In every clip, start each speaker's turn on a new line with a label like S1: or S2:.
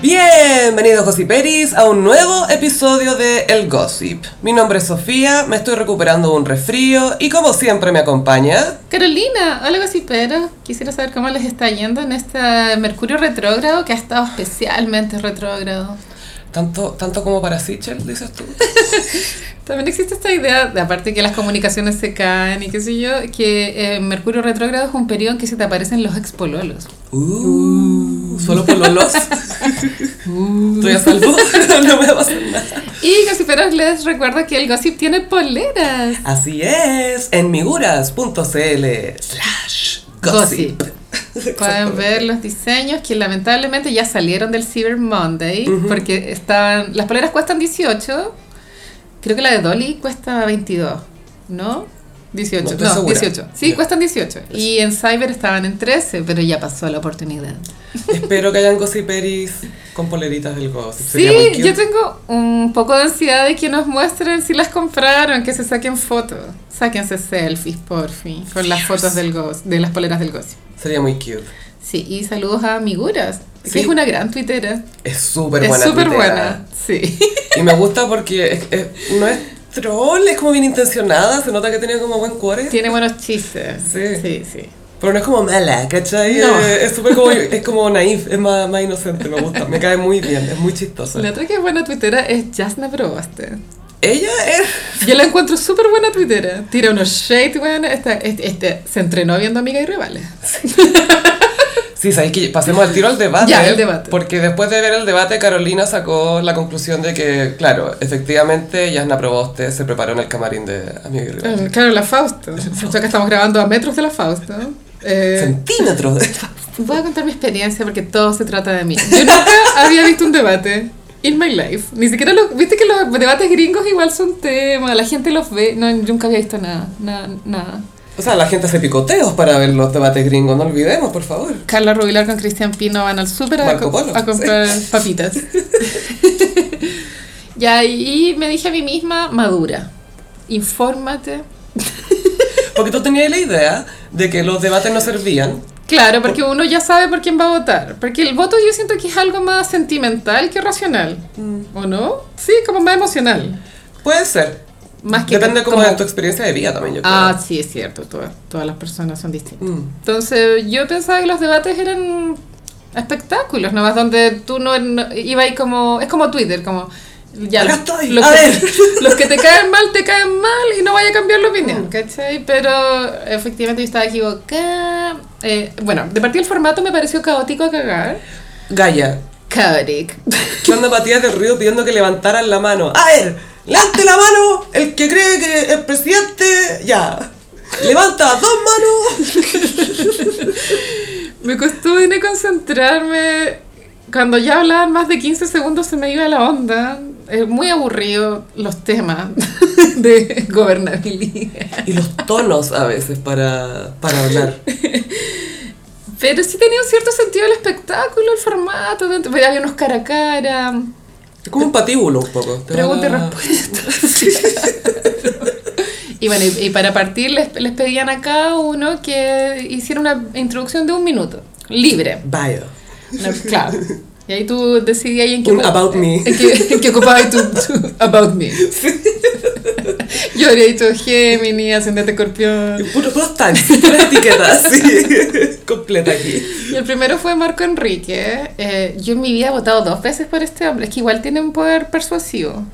S1: Bienvenidos Gossiperis a un nuevo episodio de El Gossip. Mi nombre es Sofía, me estoy recuperando de un resfrío y como siempre me acompaña.
S2: Carolina, hola gossipero. Quisiera saber cómo les está yendo en este Mercurio retrógrado que ha estado especialmente retrógrado.
S1: Tanto, tanto como para Sichel, dices tú.
S2: También existe esta idea, de, aparte que las comunicaciones se caen y qué sé yo, que eh, Mercurio retrógrado es un periodo en que se te aparecen los expololos.
S1: Uh, solo pololos. Uh. Estoy a salvo, no me va a pasar nada.
S2: Y gossiperos les recuerdo que el gossip tiene poleras.
S1: Así es, en miguras.cl slash gossip.
S2: Gossip. Pueden ver los diseños que lamentablemente ya salieron del Cyber Monday porque estaban las poleras cuestan 18. Creo que la de Dolly cuesta 22, ¿no? 18,
S1: No
S2: no,
S1: estoy segura.
S2: 18. Sí,
S1: Ya.
S2: cuestan 18. Y en Cyber estaban en 13, pero ya pasó la oportunidad.
S1: Espero que hayan Gossiperis con poleritas del Gossip.
S2: Sí,
S1: Sería muy cute.
S2: yo tengo un poco de ansiedad de que nos muestren si las compraron, que se saquen fotos. Sáquense selfies, por fin, con las fotos del gos, de las poleras del gossip.
S1: Sería muy cute.
S2: Sí, y saludos a Miguras, que
S1: Sí.
S2: es una gran tuitera.
S1: Es súper
S2: es
S1: buena.
S2: súper
S1: tuitera.
S2: buena, sí.
S1: Y me gusta porque es- es- no es troll, es como bien intencionada, se nota que tenía como buen cuore.
S2: Tiene buenos chistes.
S1: Sí.
S2: sí. sí.
S1: Pero no es como mala, ¿cachai?
S2: No.
S1: Eh, Es súper como, es como naif, es más, más inocente, me gusta, me cae muy bien, es muy chistosa.
S2: La otra que es buena tuitera es Jasna Proboste.
S1: Ella es...
S2: Yo la encuentro súper buena tuitera. Tira unos shade, bueno, esta- este, este, se entrenó viendo Amigas y Rivales.
S1: Sí, sabéis que pasemos al tiro al debate.
S2: Ya, el debate.
S1: Porque después de ver el debate, Carolina sacó la conclusión de que, claro, efectivamente, Yasna Proboste se preparó en el camarín de Amigo y Rival.
S2: Eh, Claro, la Fausto. O sea que estamos grabando a metros de la Fausto. Eh,
S1: Centímetros de...
S2: voy a contar mi experiencia porque todo se trata de mí. Yo nunca había visto un debate in my life. Ni siquiera lo... Viste que los debates gringos igual son tema. La gente los ve. No, nunca había visto nada. Nada. nada.
S1: O sea, la gente hace picoteos para ver los debates gringos, no olvidemos, por favor.
S2: Carla Rubilar con Cristian Pino van al súper a,
S1: Marco
S2: co-
S1: Polo,
S2: a comprar papitas. ya, y me dije a mí misma, madura, infórmate.
S1: Porque tú tenías la idea de que los debates no servían.
S2: Claro, porque uno ya sabe por quién va a votar. Porque el voto yo siento que es algo más sentimental que racional. ¿O no? Sí, como más emocional.
S1: Puede ser.
S2: Más que
S1: Depende como,
S2: como-
S1: de tu experiencia de vida también, yo creo.
S2: Ah, sí, es cierto, todas, todas las personas son distintas.
S1: Mm.
S2: Entonces yo pensaba que los debates eran espectáculos, nomás donde tú no, no- iba ahí como, es como Twitter, como ya
S1: Acá
S2: los,
S1: estoy,
S2: los
S1: a
S2: que,
S1: ver.
S2: los que te caen mal, te caen mal y no vaya a cambiar la
S1: Mm.
S2: opinión, ¿cachai? Pero efectivamente yo estaba equivocada. Eh, bueno, de partida el formato me pareció caótico a cagar.
S1: Gaia,
S2: Caótico.
S1: ¿qué onda Matías del Río pidiendo que levantaran la mano? A ver, levante la mano el que cree que el presidente... Ya. Levanta dos manos.
S2: Me costó bien concentrarme. Cuando ya hablaban más de 15 segundos se me iba la onda. Es muy aburrido los temas de gobernabilidad.
S1: Y los tonos a veces para, para hablar.
S2: Pero sí tenía un cierto sentido el espectáculo, el formato. de- pero había unos cara a cara,
S1: Es como un patíbulo un poco. Te
S2: preguntas y
S1: van a-
S2: respuestas. y bueno, y, y para partir les, les pedían a cada uno que hiciera una introducción de un minuto, libre.
S1: Bio.
S2: No, claro. Y ahí tú decidías en qué,
S1: Un
S2: ocu-
S1: about me.
S2: en qué, en qué ocupabas tu, tu about me. Yo habría dicho Gemini, ascendente escorpión.
S1: Puro, puros tags, puras etiquetas, sí. Completa aquí.
S2: Y el primero fue Marco Enrique. Eh, yo en mi vida he votado dos veces por este hombre. Es que igual tiene un poder persuasivo.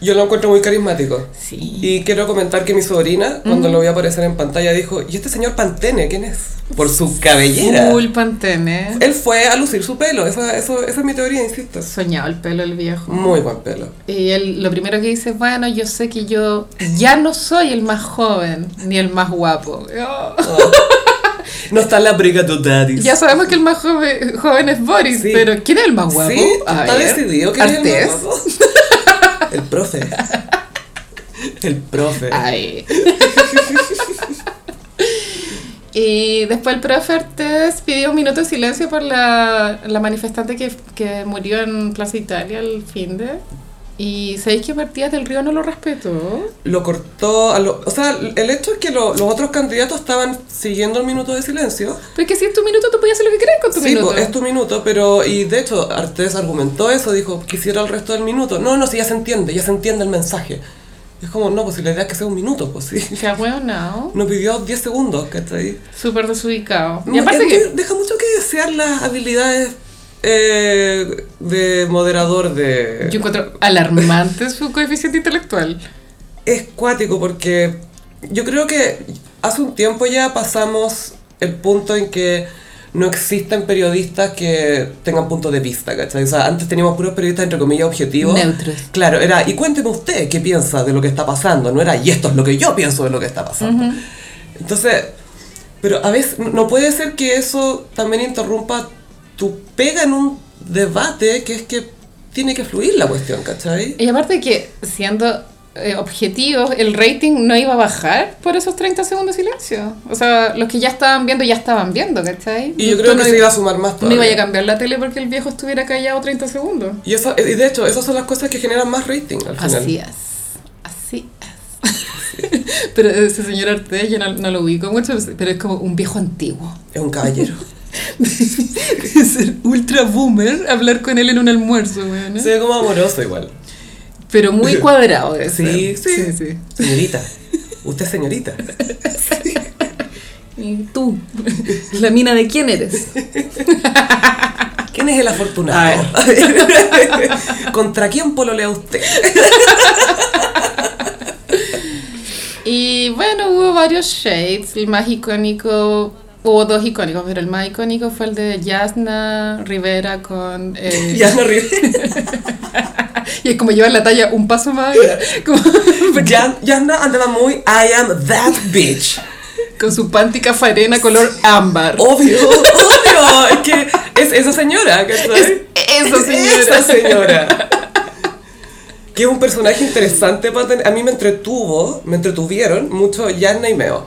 S1: Yo lo encuentro muy carismático.
S2: Sí.
S1: Y quiero comentar que mi sobrina, cuando lo vi aparecer en pantalla, dijo, ¿y este señor Pantene quién es? Por su cabellera.
S2: Full pantene.
S1: Él fue a lucir su pelo, esa, eso, esa es mi teoría, insisto.
S2: Soñado el pelo el viejo.
S1: Muy buen pelo.
S2: Y él lo primero que dice es, bueno, yo sé que yo ya no soy el más joven ni el más guapo.
S1: Oh. No está en la briga de daddy.
S2: Ya sabemos que el más joven, joven es Boris,
S1: Sí.
S2: pero ¿quién es el más guapo?
S1: Sí,
S2: A
S1: está
S2: ver,
S1: decidido que es
S2: Artés.
S1: el más guapo. El profe. El profe.
S2: Ay. y después el profe Artés pidió un minuto de silencio por la, la manifestante que, que murió en Plaza Italia el fin de... Y sabéis que Matías del Río no lo respetó.
S1: Lo cortó, a lo- o sea, el hecho es que lo- los otros candidatos estaban siguiendo el minuto de silencio.
S2: Porque si es tu minuto, tú podías hacer lo que quieras con tu
S1: sí,
S2: minuto.
S1: po, es tu minuto, pero y de hecho Artés argumentó eso, dijo, quisiera el resto del minuto. No, no, si ya se entiende, ya se entiende el mensaje. Es como, no, pues si la idea es que sea un minuto, pues sí.
S2: Se ha hueonado.
S1: Nos pidió 10 segundos, ¿cachai?
S2: Súper desubicado. Y
S1: No,
S2: aparte
S1: es
S2: que.
S1: Deja mucho que desear las habilidades eh, de moderador de...
S2: Yo encuentro alarmante su coeficiente intelectual.
S1: Es cuático porque yo creo que hace un tiempo ya pasamos el punto en que no existen periodistas que tengan punto de vista, ¿cachai? O sea, antes teníamos puros periodistas, entre comillas, objetivos.
S2: Neutros.
S1: Claro, era, y cuénteme usted qué piensa de lo que está pasando, no era, y esto es lo que yo pienso de lo que está pasando. Entonces, pero a veces no puede ser que eso también interrumpa tu pega en un debate que es que tiene que fluir la cuestión, ¿cachai?
S2: Y aparte que, siendo eh, objetivos, el rating no iba a bajar por esos 30 segundos de silencio. O sea, los que ya estaban viendo, ya estaban viendo, ¿cachai?
S1: Y yo
S2: Tú
S1: creo
S2: no
S1: que se iba a sumar más
S2: No
S1: todavía.
S2: iba a cambiar la tele porque el viejo estuviera callado 30 segundos.
S1: Y, eso, y de hecho, esas son las cosas que generan más rating al final.
S2: Así es. Así es. pero ese señor Artés, yo no, no lo ubico mucho, pero es como un viejo antiguo.
S1: Es un caballero.
S2: Debe ser ultra boomer hablar con él en un almuerzo, weón. ¿eh?
S1: Se ve como amoroso igual.
S2: Pero muy cuadrado. debe
S1: Sí,
S2: ser.
S1: sí.
S2: sí.
S1: Señorita. Usted es señorita.
S2: ¿Y tú? ¿La mina de quién eres?
S1: ¿Quién es el afortunado? ¿Contra quién pololea usted?
S2: Y bueno, hubo varios shades. El más icónico, hubo dos icónicos, pero el más icónico fue el de Yasna Rivera con. eh,
S1: Ya no ríe.
S2: Y es como llevar la talla un paso más. como-
S1: Ya, ya no andaba muy I am that bitch.
S2: con su panty cafarena color ámbar.
S1: Obvio, obvio. Es que es esa señora,
S2: Es
S1: ¿cachai?
S2: esa señora.
S1: Esa señora. Que es un personaje interesante para tener. A mí me entretuvo, me entretuvieron mucho Yanna y Meo.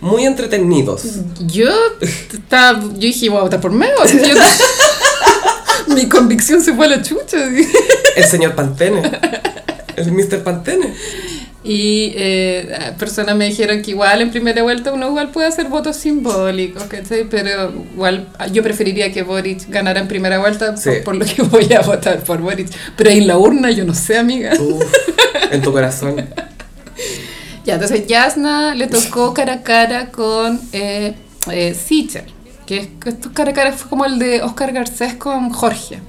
S1: Muy entretenidos.
S2: Yo, estaba, yo dije, voy a votar por Meo. así que yo- mi convicción se fue a la chucha. así.
S1: El señor Pantene. El Mr. Pantene.
S2: Y eh, personas me dijeron que igual en primera vuelta uno igual puede hacer votos simbólicos, ¿cachai? Pero igual yo preferiría que Boric ganara en primera vuelta,
S1: Sí.
S2: por, por lo que voy a votar por Boric. Pero ahí en la urna yo no sé, amiga.
S1: Uf, en tu corazón.
S2: Ya, entonces Yasna le tocó cara a cara con eh, eh, Sichel, que es, que estos cara a cara fue como el de Oscar Garcés con Jorge.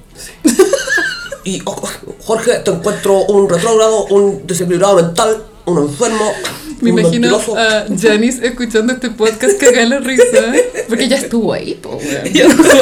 S1: Y oh, Jorge, te encuentro un retrógrado, un desequilibrado mental, un enfermo.
S2: Me
S1: un
S2: imagino ah,
S1: mentiroso.
S2: a Janice escuchando este podcast cagada la risa, porque ya estuvo ahí, po, weón.
S1: Y entonces,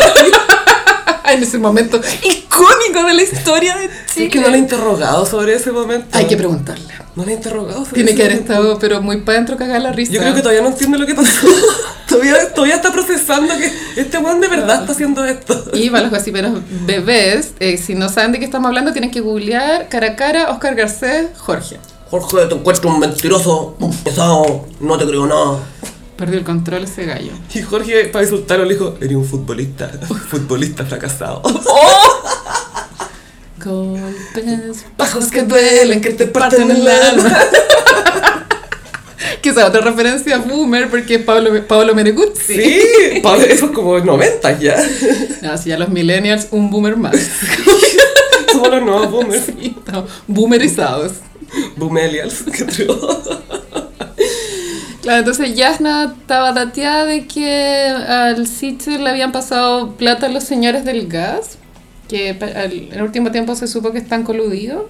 S2: Ah, en ese momento icónico de la historia de
S1: es que
S2: Chile.
S1: no le he interrogado sobre ese momento.
S2: Hay que preguntarle.
S1: No le he interrogado sobre
S2: Tiene
S1: ese
S2: que haber
S1: momento.
S2: estado, pero muy para adentro cagada la risa.
S1: Yo creo que todavía no entiende lo que pasó. todavía, todavía está procesando que este weón de
S2: Ah.
S1: verdad está haciendo esto.
S2: Y para los gossiperos bebés, eh, si no saben de qué estamos hablando, tienen que googlear cara a cara Oscar Garcés Jorge.
S1: Jorge, te encuentro un mentiroso, un pesado, no te creo nada.
S2: Perdió el control ese gallo.
S1: Y Jorge, para insultarlo, le dijo, eres un futbolista, futbolista fracasado.
S2: Golpes
S1: Bajos que duelen, que te parten el alma.
S2: que esa otra referencia a Boomer, porque es Pablo, Pablo Meneguzzi.
S1: Sí, Pablo, eso es como 90 ya.
S2: No, si ya Ah, los millennials, un boomer más.
S1: Somos los nuevos boomers.
S2: Sí, estamos boomerizados.
S1: Boomelials, que creo.
S2: Claro, entonces Yasna estaba dateada de que al sitio le habían pasado plata a los señores del gas, que pa- al- en el último tiempo se supo que están coludidos.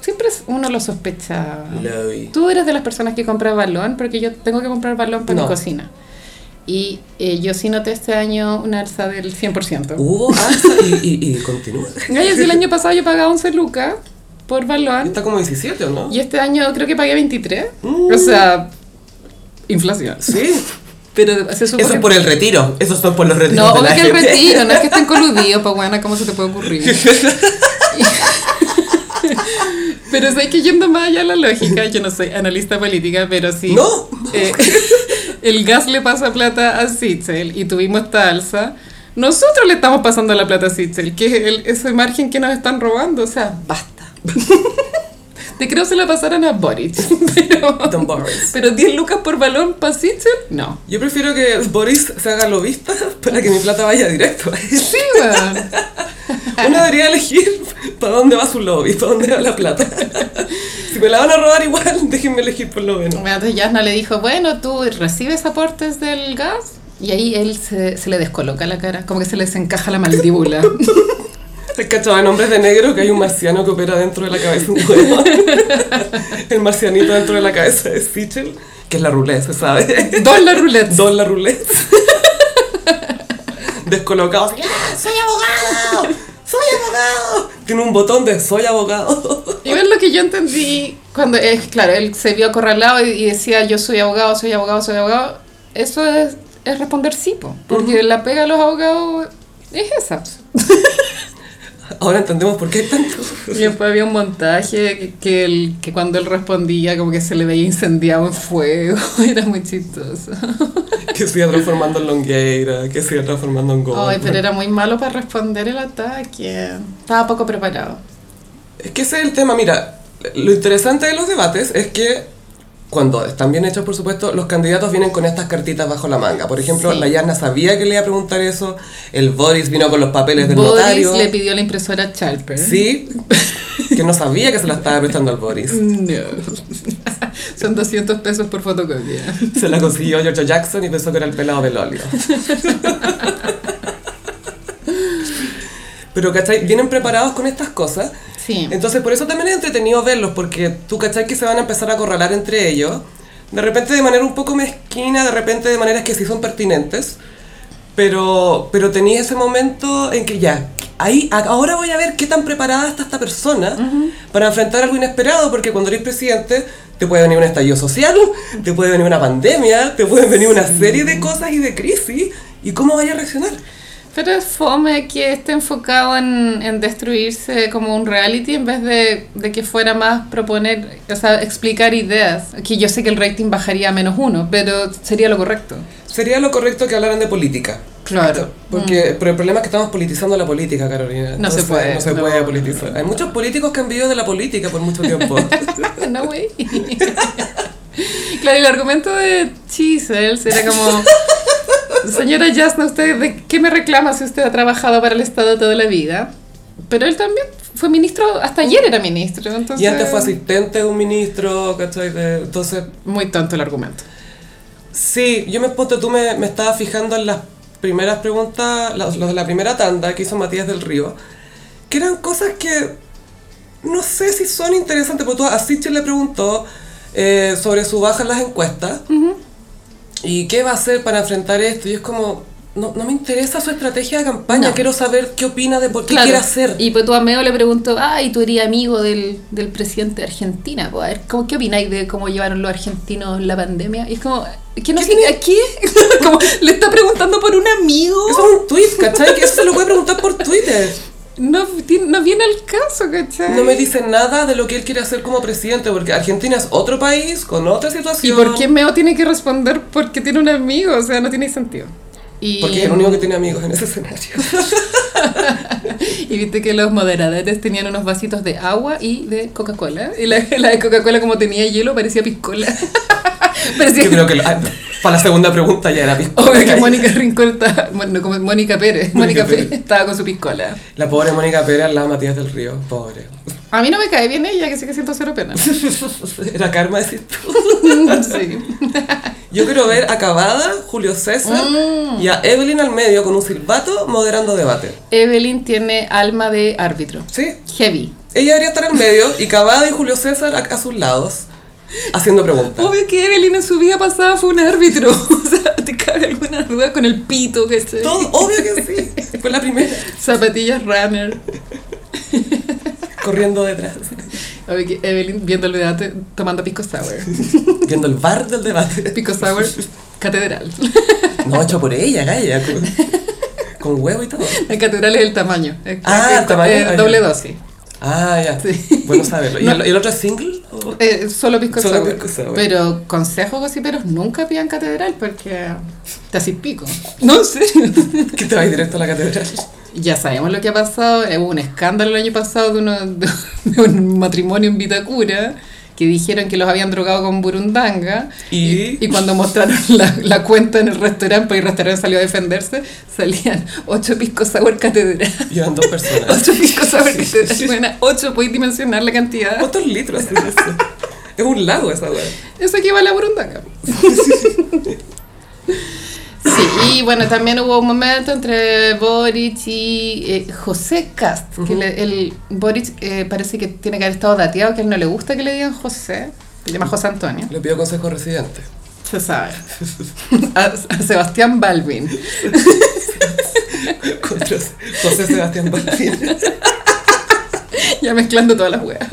S2: Siempre es- uno lo sospecha.
S1: Ley.
S2: Tú eres de las personas que compra balón, porque yo tengo que comprar balón para
S1: No.
S2: mi cocina. Y eh, yo sí noté este año una alza del 100%.
S1: Hubo alza y, y, y continúa.
S2: Gallo, si el año pasado yo pagaba 11 lucas por balón
S1: Está como 17, ¿o no?
S2: y este año creo que pagué 23.
S1: Mm.
S2: O sea, inflación.
S1: Sí.
S2: Pero se supone
S1: Eso es por el retiro. Esos son por los retiros
S2: No,
S1: de
S2: obvio
S1: la
S2: que el
S1: gente.
S2: retiro, no es que estén coludidos, pues buena, ¿cómo se te puede ocurrir? pero sé que yendo más allá de la lógica, yo no soy analista política, pero sí.
S1: No.
S2: eh, el gas le pasa plata a Sitzel y tuvimos esta alza. Nosotros le estamos pasando la plata a Sitzel, que es el, ese margen que nos están robando, o sea, basta. Te creo se la pasaran a Boric, pero,
S1: Don Boris.
S2: pero 10 lucas por balón para no.
S1: Yo prefiero que Boris se haga lobista para que mi plata vaya directo. a él.
S2: Sí, weón.
S1: Uno debería elegir para dónde va su lobby, para dónde va la plata. Si me la van a robar igual, déjenme elegir por lo menos.
S2: Entonces Jasna le dijo, bueno, tú recibes aportes del gas. Y ahí él se, se le descoloca la cara, como que se le desencaja la mandíbula.
S1: ¿Has cachado en Hombres de Negro que hay un marciano que opera dentro de la cabeza un huevo? El marcianito dentro de la cabeza de Sichel, que es la roulette, se sabe.
S2: Don la roulette.
S1: Don la roulette. Descolocado. así, ¡Ah, ¡Soy abogado! ¡Soy abogado! Tiene un botón de soy abogado.
S2: Igual lo que yo entendí cuando, es claro, él se vio acorralado y, y decía yo soy abogado, soy abogado, soy abogado, eso es, es responder sí, po, porque la pega a los abogados es esa.
S1: Ahora entendemos por qué hay tanto.
S2: Y después había un montaje que, que, él- que cuando él respondía como que se le veía incendiado en fuego, era muy chistoso.
S1: Que se iba transformando en Longueira, que se iba transformando en Gol.
S2: Ay, pero era muy malo para responder el ataque, estaba poco preparado.
S1: Es que ese es el tema, mira, lo interesante de los debates es que cuando están bien hechos, por supuesto, los candidatos vienen con estas cartitas bajo la manga. Por ejemplo,
S2: Sí.
S1: la Yana sabía que le iba a preguntar eso, el Boris vino con los papeles del
S2: Boris
S1: notario.
S2: le pidió la impresora Charper.
S1: Sí, que no sabía que se la estaba prestando al Boris.
S2: No. Son 200 pesos por fotocopia.
S1: Se la consiguió George Jackson y pensó que era el pelado del óleo. Pero, ¿cachai? Vienen preparados con estas cosas.
S2: Sí.
S1: Entonces, por eso también es entretenido verlos, porque tú cachai que se van a empezar a corralar entre ellos. De repente de manera un poco mezquina, de repente de maneras que sí son pertinentes. Pero, pero tenía ese momento en que ya, ahí, a- ahora voy a ver qué tan preparada está esta persona para enfrentar algo inesperado, porque cuando eres presidente te puede venir un estallido social, te puede venir una pandemia, te pueden venir una serie de cosas y de crisis, y cómo vaya a reaccionar.
S2: Pero es fome que esté enfocado en, en destruirse como un reality en vez de, de que fuera más proponer, o sea, explicar ideas. Que yo sé que el rating bajaría a menos uno, pero sería lo correcto.
S1: Sería lo correcto que hablaran de política,
S2: Claro.
S1: Porque, Pero el problema es que estamos politizando la política, Carolina.
S2: Mm. No se
S1: Entonces,
S2: puede,
S1: No se
S2: no.
S1: puede politizar. Hay muchos políticos que han vivido de la política por mucho tiempo.
S2: no, güey. claro, el argumento de Chisels era como... Señora Jasna, ¿usted de qué me reclama si usted ha trabajado para el Estado toda la vida? Pero él también fue ministro, hasta ayer era ministro, entonces...
S1: y antes fue asistente de un ministro, ¿cachai? De- entonces,
S2: Muy tonto el argumento.
S1: sí, yo me ponte, tú me, me estabas fijando en las primeras preguntas, los, los de la primera tanda que hizo Matías del Río, que eran cosas que no sé si son interesantes, porque tú a Sitcher le preguntó eh, sobre su baja en las encuestas. ¿Y qué va a hacer para enfrentar esto? Y es como, no, no me interesa su estrategia de campaña,
S2: No.
S1: quiero saber qué opina de por qué
S2: Claro.
S1: quiere hacer.
S2: Y pues tu amigo le preguntó, ay, tú eres amigo del, del presidente de Argentina, pues, a ver, ¿cómo, ¿qué opináis de cómo llevaron los argentinos la pandemia? Y es como, ¿qué no sé aquí? como, le está preguntando por un amigo.
S1: Eso es un tweet, ¿cachai? Que eso se lo puede preguntar por Twitter.
S2: No, tiene- no viene al caso, ¿cachai?
S1: No me dice nada de lo que él quiere hacer como presidente, porque Argentina es otro país con otra
S2: ¿Y
S1: situación.
S2: por qué Meo tiene que responder porque tiene un amigo? O sea, no tiene sentido. Y,
S1: Porque es el único que tiene amigos en ese escenario.
S2: y viste que los moderadores tenían unos vasitos de agua y de Coca-Cola. Y la, la de Coca-Cola, como tenía hielo, parecía piscola. parecía
S1: Yo creo que lo- ah, para la segunda pregunta ya era piscola.
S2: Obvio que Mónica Rincón está, bueno, como Mónica Pérez,
S1: Mónica
S2: Mónica Pérez.
S1: Pérez.
S2: estaba con su piscola.
S1: La pobre Mónica Pérez al lado de Matías del Río, pobre.
S2: A mí no me cae bien ella, que sí que siento cero pena.
S1: Era karma decir tú.
S2: sí.
S1: Yo quiero ver acabada Julio César
S2: Mm.
S1: y a Evelyn al medio con un silbato moderando debate.
S2: Evelyn tiene alma de árbitro.
S1: Sí,
S2: Heavy.
S1: ella debería estar en medio y Cavada y Julio César a, a sus lados haciendo preguntas.
S2: Obvio que Evelyn en su vida pasada fue un árbitro. O sea, te cabe alguna duda con el pito que se.
S1: Todo, obvio que sí. Fue la primera
S2: Zapatillas runner.
S1: corriendo detrás,
S2: Obvio que Evelyn viendo el debate tomando pico sour.
S1: viendo el bar del debate.
S2: Pico sour catedral.
S1: No, hecho por ella, calla. Con, con huevo y todo.
S2: La catedral es el tamaño. Es-
S1: Ah,
S2: es-
S1: el tamaño,
S2: es
S1: ah,
S2: doble
S1: ya.
S2: dosis.
S1: Ah, ya.
S2: Sí.
S1: Bueno saberlo. ¿Y,
S2: No.
S1: el, y el otro es single? ¿O?
S2: Eh, solo pisco
S1: Solo
S2: sour.
S1: pisco sour.
S2: Pero consejo gossiperos, nunca pidan catedral porque te haces pico. No, en serio.
S1: que te vais directo a la catedral.
S2: Ya sabemos lo que ha pasado. eh, Hubo un escándalo el año pasado de, uno- de un matrimonio en Vitacura que dijeron que los habían drogado con burundanga.
S1: Y-
S2: y cuando mostraron la, la cuenta en el restaurante, porque el restaurante salió a defenderse, salían ocho pisco sour catedral.
S1: Y eran dos personas.
S2: Ocho pisco sour catedral. Buena, ocho, podéis dimensionar la cantidad.
S1: ¿Cuántos litros es eso? Es un lago esa weá.
S2: Eso que va a la burundanga. Sí, y bueno, también hubo un momento entre Boric y eh, José Cast, que le- el Boric eh, parece que tiene que haber estado dateado, que a él no le gusta que le digan José, se llama José Antonio,
S1: Le pido consejo residente.
S2: se sabe, a, a Sebastián Balvin.
S1: Contra José Sebastián Balvin.
S2: Ya mezclando todas las huevas.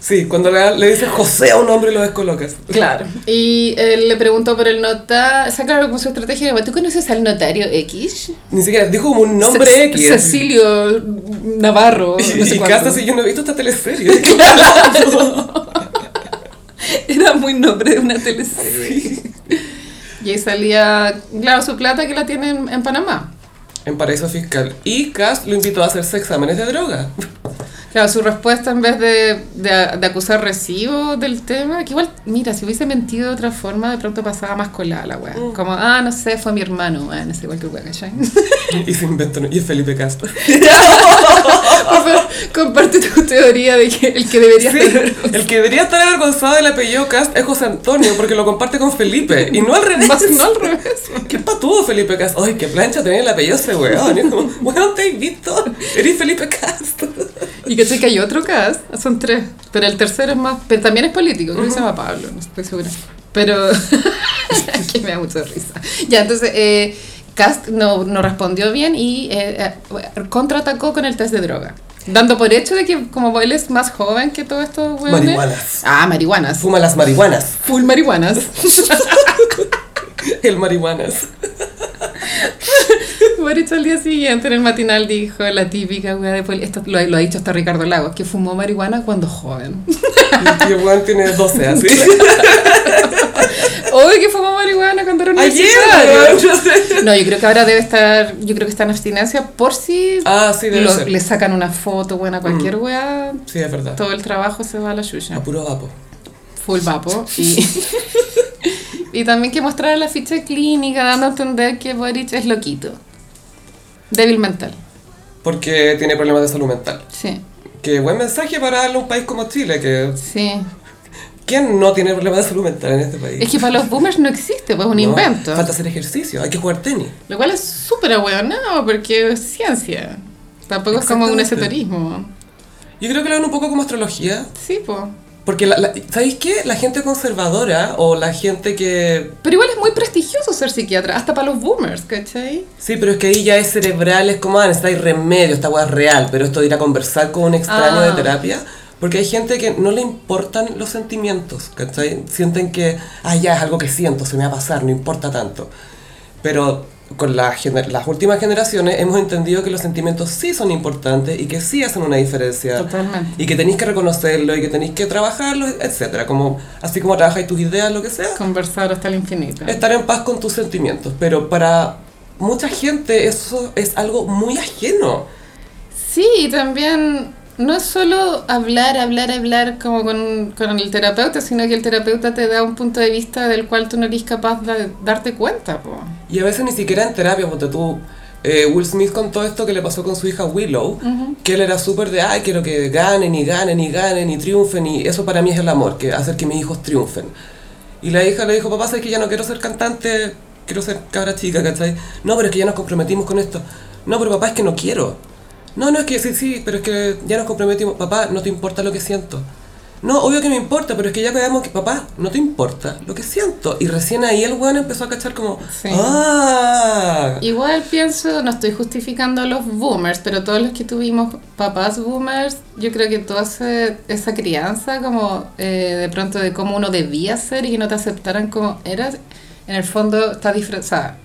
S1: Sí, cuando le, le dices José a un hombre lo descolocas.
S2: Claro. Y él le preguntó por el nota, o sea, claro, como su estrategia era, ¿tú conoces al notario X?
S1: Ni siquiera, dijo como un nombre
S2: Ce-
S1: X.
S2: Cecilio Navarro,
S1: Y,
S2: no sé
S1: y
S2: cuánto.
S1: Casta, si yo no he visto esta teleserie.
S2: Era muy nombre de una teleserie. Y ahí salía, claro, su plata que la tienen en Panamá.
S1: en paraíso fiscal. Y Cast lo invitó a hacerse exámenes de droga.
S2: Claro, su respuesta en vez de, de- de acusar recibo del tema, que igual, mira, si hubiese mentido de otra forma, de pronto pasaba más colada la weá. Como, ah, no sé, fue mi hermano, ah, no sé, cualquier weá, ¿cachai?
S1: Y se inventó. Y es Felipe Cast.
S2: Por favor, comparte tu teoría de que el que debería
S1: Sí,
S2: ser-
S1: el que debería estar avergonzado del apellido Cast es José Antonio porque lo comparte con Felipe. Y no al revés.
S2: no al revés.
S1: ¿Qué patudo Felipe Cast? Ay, qué plancha tenía el apellido ese weón. Y es como, weón, te has visto. Eres Felipe Cast.
S2: Y que sé que hay otro cast, son tres, pero el tercero es más, pero también es político, creo que se llama Pablo, no estoy segura. Pero que me da mucha risa. Ya, entonces, eh, Cast no, no respondió bien y eh, eh, contraatacó con el test de droga. Dando por hecho de que como él es más joven que todos estos hueones.
S1: Marihuanas.
S2: Ah, marihuanas.
S1: Fuma las marihuanas.
S2: Full marihuanas.
S1: El marihuanas.
S2: Boric al día siguiente en el matinal dijo la típica weá de poli- esto lo, lo ha dicho hasta Ricardo Lagos, que fumó marihuana cuando joven.
S1: Y el weón tiene 12 así.
S2: Obvio que fumó marihuana cuando era
S1: Ayer,
S2: universitario.
S1: weón, yo sé.
S2: No, yo creo que ahora debe estar, yo creo que está en abstinencia por si
S1: Ah, sí, debe
S2: lo-
S1: ser. Mm.
S2: le sacan una foto buena a cualquier weá,
S1: Sí, es verdad.
S2: todo el trabajo se va a la
S1: A
S2: chucha.
S1: puro vapo.
S2: Full vapo. Y, y también que mostrar la ficha clínica dando a entender que Boric es loquito. Débil mental.
S1: Porque tiene problemas de salud mental.
S2: Sí,
S1: Qué buen mensaje para darle a un país como Chile, que
S2: sí.
S1: ¿quién no tiene problemas de salud mental en este país?
S2: Es que para los boomers no existe, pues es un
S1: No,
S2: invento.
S1: Falta hacer ejercicio, hay que jugar tenis.
S2: Lo cual es súper ahueonado porque es ciencia. Tampoco es como un
S1: Exactamente.
S2: esoterismo.
S1: Yo creo que lo ven un poco como astrología,
S2: Sí, po.
S1: porque la, la- ¿sabéis qué? La gente conservadora o la gente que...
S2: Pero igual es muy prestigioso ser psiquiatra, hasta para los boomers, ¿cachai?
S1: Sí, pero es que ahí ya es cerebral, es como, ah, hay remedio, esta hueá es real, pero esto de ir a conversar con un extraño
S2: Ah.
S1: de terapia, porque hay gente que no le importan los sentimientos, ¿cachai? Sienten que, ah, ya es algo que siento, se me va a pasar, no importa tanto. Pero con la gener- las últimas generaciones hemos entendido que los sentimientos sí son importantes y que sí hacen una diferencia.
S2: Totalmente.
S1: Y que tenéis que reconocerlo y que tenéis que trabajarlo, etcétera. Como, así como trabajáis tus ideas, lo que sea,
S2: Conversar hasta el infinito.
S1: estar en paz con tus sentimientos. Pero para mucha gente eso es algo muy ajeno.
S2: Sí, y también no es solo hablar, hablar, hablar como con, con el terapeuta, sino que el terapeuta te da un punto de vista del cual tú no eres capaz de darte cuenta, po.
S1: Y a veces ni siquiera en terapia, porque tú, eh, Will Smith contó esto que le pasó con su hija Willow, que él era súper de, ay, quiero que ganen y ganen y ganen y triunfen, y eso para mí es el amor, que hacer que mis hijos triunfen. Y la hija le dijo, papá, sabes que ya no quiero ser cantante, quiero ser cabra chica, ¿cachai? No, pero es que ya nos comprometimos con esto. No, pero papá, es que no quiero. No, no, es que sí, sí, pero es que ya nos comprometimos. Papá, no te importa lo que siento. No, obvio que me importa, pero es que ya quedamos que, papá, no te importa lo que siento. Y recién ahí el weón empezó a cachar como,
S2: Sí.
S1: ¡ah!
S2: Igual pienso, no estoy justificando a los boomers, pero todos los que tuvimos papás boomers, yo creo que toda ese- esa crianza como eh, de pronto de cómo uno debía ser y que no te aceptaran como eras, en el fondo está disfrazada.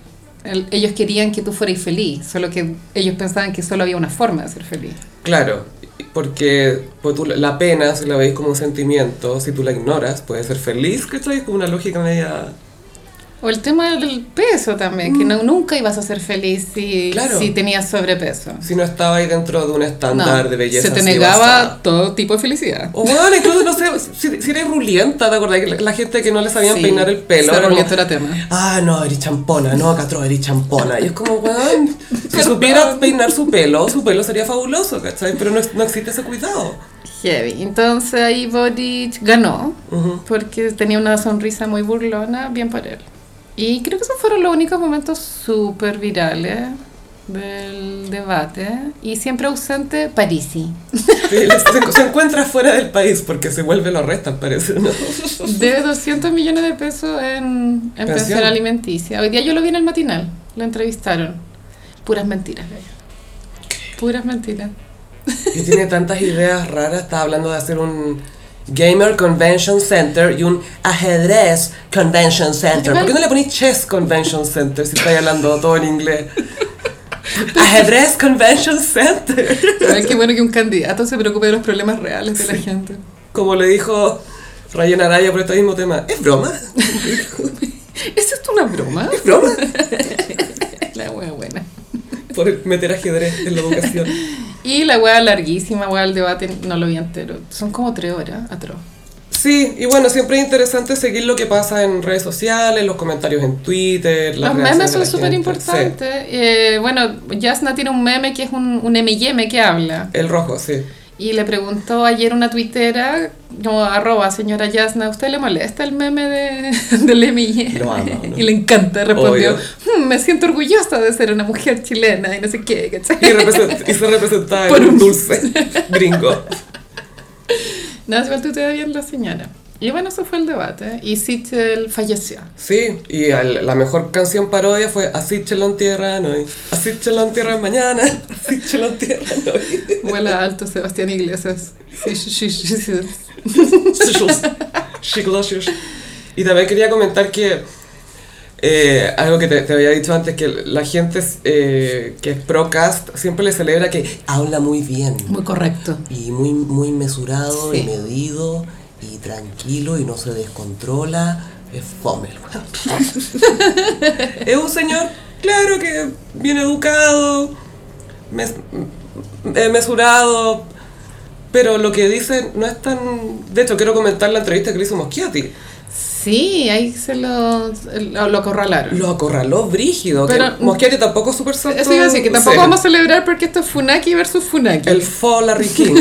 S2: ellos querían que tú fueras feliz, solo que ellos pensaban que solo había una forma de ser feliz.
S1: Claro. Porque pues, tú, la pena, si la veis como un sentimiento, si tú la ignoras, puede ser feliz, ¿cachai? Es como una lógica media...
S2: O el tema del peso también, que no, nunca ibas a ser feliz si,
S1: Mm. Claro.
S2: si tenías sobrepeso.
S1: Si no estaba ahí dentro de un estándar
S2: No,
S1: de belleza.
S2: se te
S1: así
S2: negaba
S1: basada.
S2: todo tipo de felicidad.
S1: O bueno, incluso no sé, si, si eres rulienta, ¿te acordás? Que la, la gente que no le sabían
S2: Sí,
S1: peinar el pelo.
S2: ser
S1: era como,
S2: ruliento era tema.
S1: Ah, no, eres champona, no, Catro, eres champona. Y es como, weón, si supiera peinar su pelo, su pelo sería fabuloso, ¿cachai? Pero no, es- no existe ese cuidado.
S2: Heavy. Entonces ahí Boric ganó
S1: Mm.
S2: porque tenía una sonrisa muy burlona, bien por él. Y creo que esos fueron los únicos momentos súper virales del debate. Y siempre ausente Parisi.
S1: Sí, Se, se encuentra fuera del país porque se vuelve lo restan, parece, ¿no?
S2: Debe 200 millones de pesos en, en pensión
S1: Pensión.
S2: alimenticia. Hoy día yo lo vi en el matinal, lo entrevistaron. Puras mentiras, gallo. Puras mentiras.
S1: Y tiene tantas ideas raras, está hablando de hacer un Gamer Convention Center y un Ajedrez Convention Center. ¿Por qué no le ponéis Chess Convention Center si estáis hablando todo en inglés? Ajedrez Convention Center.
S2: Pero es que bueno que un candidato se preocupe de los problemas reales de la gente.
S1: Como le dijo Ryan Araya por este mismo tema. ¿Es broma?
S2: ¿Es esto una broma?
S1: ¿Es broma?
S2: La wea buena.
S1: Por meter ajedrez en la vocación.
S2: Y la wea larguísima, wea del debate, no lo vi entero. Son como tres horas, atroz.
S1: Sí, y bueno, siempre es interesante seguir lo que pasa en redes sociales, los comentarios en Twitter. las
S2: Los
S1: reacciones
S2: memes
S1: de la
S2: son súper
S1: gente.
S2: importantes. Eh, bueno, Jasna tiene un meme que es un, un M&M que habla.
S1: Sí, el rojo, sí.
S2: Y le preguntó ayer una tuitera, como arroba señora Yasna, ¿a usted le molesta el meme de, del M&M?
S1: Lo ama, ¿no?
S2: Y le encanta, respondió,
S1: Obvio.
S2: "Hmm, me siento orgullosa de ser una mujer chilena y no sé qué, ¿cachai?
S1: Y, represent- y se representaba
S2: Por
S1: en un
S2: un-
S1: dulce gringo.
S2: No, igual tuitea bien la señora. Y bueno, eso fue el debate. Y Sichel falleció.
S1: Sí, y al- la mejor canción parodia fue Así chelo en tierra no hay, así chelo en tierra mañana, así chelo en tierra no hay.
S2: Vuela alto Sebastián Iglesias. Sí, sí, sí, sí, sí.
S1: Shiglos, shiglosos. Y también quería comentar que eh, algo que te, te había dicho antes, que la gente eh, que es procast siempre le celebra que habla muy bien.
S2: Muy correcto.
S1: Y muy, muy mesurado
S2: Sí.
S1: y medido y tranquilo y no se descontrola. Es fome el weón. Es un señor, claro que bien educado, mes- eh, mesurado, pero lo que dice no es tan... De hecho, quiero comentar la entrevista que le hizo Moschiati.
S2: Sí, ahí se lo, lo, lo acorralaron.
S1: Lo acorraló brígido. que
S2: Pero-
S1: Moschiati tampoco es súper santo.
S2: Eso iba a decir, que tampoco
S1: cero.
S2: vamos a celebrar porque esto es Funaki versus Funaki.
S1: El fo Larry King.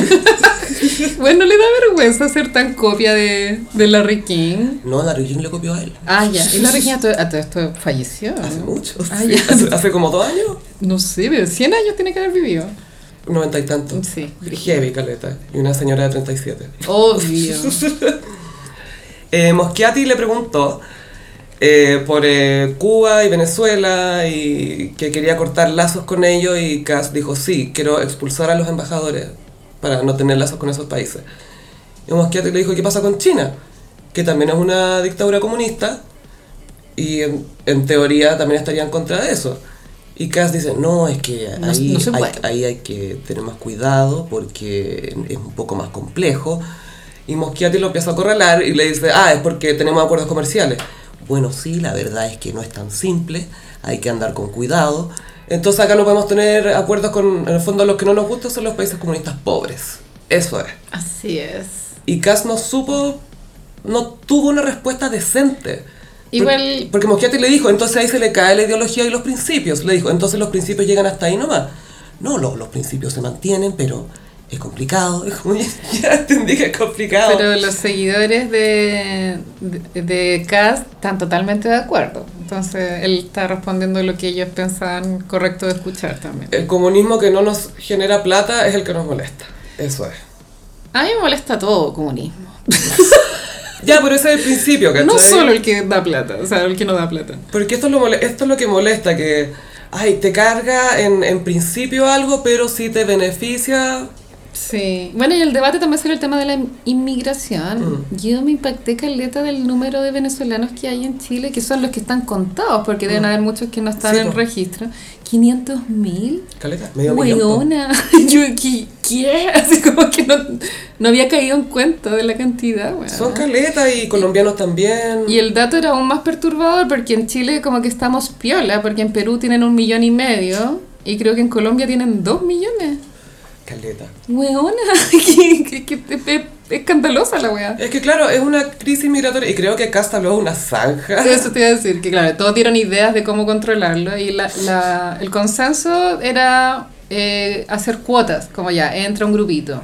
S2: Bueno, le da vergüenza ser tan copia de, de Larry King.
S1: no, Larry King le copió a él.
S2: Ah, ya. Y Larry King a todo, a todo esto falleció.
S1: Hace
S2: ¿no?
S1: mucho.
S2: Ah,
S1: sí.
S2: ya.
S1: hace, hace como dos años.
S2: No sé, pero 100 años tiene que haber vivido.
S1: Noventa y tanto.
S2: Sí.
S1: Heavy, caleta. Y una señora de 37.
S2: Obvio.
S1: Eh, Moschiati le preguntó eh, por eh, Cuba y Venezuela y que quería cortar lazos con ellos y Kass dijo, sí, quiero expulsar a los embajadores para no tener lazos con esos países. Y Moschiati le dijo, ¿qué pasa con China? Que también es una dictadura comunista y en, en teoría también estarían contra de eso. Y Kass dice, no, es que
S2: No-
S1: ahí,
S2: no se
S1: hay,
S2: puede".
S1: ahí hay que tener más cuidado porque es un poco más complejo. Y Moschiati lo empieza a acorralar y le dice, ah, es porque tenemos acuerdos comerciales. Bueno, sí, la verdad es que no es tan simple, hay que andar con cuidado. Entonces acá no podemos tener acuerdos con, en el fondo, los que no nos gustan son los países comunistas pobres. Eso es.
S2: Así es.
S1: Y Kass no supo, no tuvo una respuesta decente. Por-
S2: Igual-
S1: porque Moschiati le dijo, entonces ahí se le cae la ideología y los principios. Le dijo, entonces los principios llegan hasta ahí nomás. No, lo- los principios se mantienen, pero es complicado. Es como, ya entendí que es complicado.
S2: Pero los seguidores de, de, de Cass están totalmente de acuerdo. Entonces él está respondiendo lo que ellos pensaban correcto de escuchar también.
S1: El comunismo que no nos genera plata es el que nos molesta. Eso es.
S2: A mí me molesta todo comunismo.
S1: Ya, pero ese es el principio, ¿cachai?
S2: No solo el que da plata, o sea, el que no da plata.
S1: Porque esto es lo, mole- esto es lo que molesta, que, ay, te carga en, en principio algo, pero si te beneficia,
S2: Sí. Bueno, y el debate también sobre el tema de la in- inmigración.
S1: Mm.
S2: Yo me impacté caleta del número de venezolanos que hay en Chile, que son los que están contados, porque deben haber muchos que no están
S1: Mm. Sí,
S2: en
S1: po.
S2: registro. 500 mil.
S1: Caleta, medio millón.
S2: Weona. Yo, ¿qué? ¿qué? Así como que no, no había caído en cuenta de la cantidad, weona.
S1: Son caletas y colombianos también.
S2: Y el dato era aún más perturbador porque en Chile como que estamos piola, porque en Perú tienen un millón y medio y creo que en Colombia tienen dos millones.
S1: Caleta.
S2: Weona, que, que- que te- pe- escandalosa la wea.
S1: Es que claro, es una crisis migratoria y creo que Casta habló de una zanja.
S2: Eso te iba a decir, que claro, todos dieron ideas de cómo controlarlo y la, la- el consenso era eh, hacer cuotas, como ya, entra un grupito.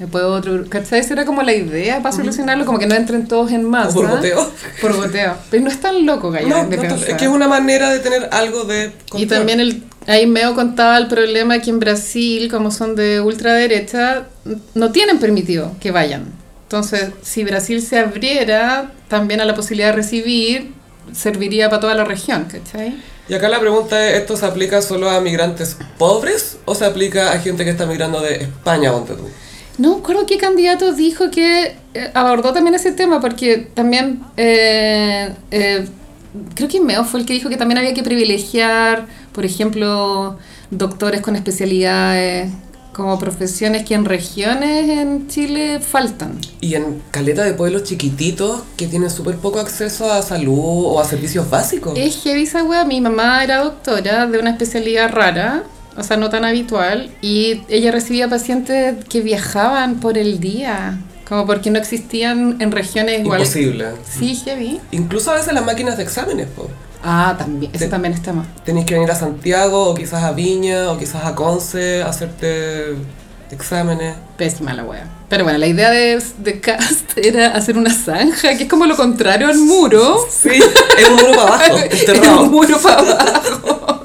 S2: Después otro, ¿cachai? Esa era como la idea para solucionarlo, como que no entren todos en masa.
S1: por boteo.
S2: Por boteo. Pero no es tan loco, Gaya,
S1: No,
S2: de
S1: no,
S2: pensar.
S1: es que es una manera de tener algo de
S2: Y
S1: control.
S2: también el, ahí Meo contaba el problema que en Brasil, como son de ultraderecha, n- no tienen permitido que vayan. Entonces, si Brasil se abriera también a la posibilidad de recibir, serviría para toda la región, ¿cachai?
S1: Y acá la pregunta es, ¿esto se aplica solo a migrantes pobres o se aplica a gente que está migrando de España, ponte tú?
S2: No me acuerdo qué candidato dijo que eh, abordó también ese tema, porque también eh, eh, creo que Meo fue el que dijo que también había que privilegiar, por ejemplo, doctores con especialidades como profesiones que en regiones en Chile faltan.
S1: Y en caleta de pueblos chiquititos que tienen súper poco acceso a salud o a servicios básicos.
S2: Es heavy esa wea. Mi mamá era doctora de una especialidad rara, o sea, no tan habitual, y ella recibía pacientes que viajaban por el día, como porque no existían en regiones iguales.
S1: Imposible.
S2: Sí, heavy.
S1: Incluso a veces las máquinas de exámenes, po.
S2: Ah, también, eso
S1: Sí.
S2: también está más.
S1: Tenéis que venir a Santiago o quizás a Viña o quizás a Conce a hacerte exámenes.
S2: Pésima la wea. Pero bueno, la idea de, de Cast era hacer una zanja, que es como lo contrario al muro.
S1: Sí, es un muro para abajo,
S2: Era un
S1: Oh, enterrado.
S2: muro para abajo.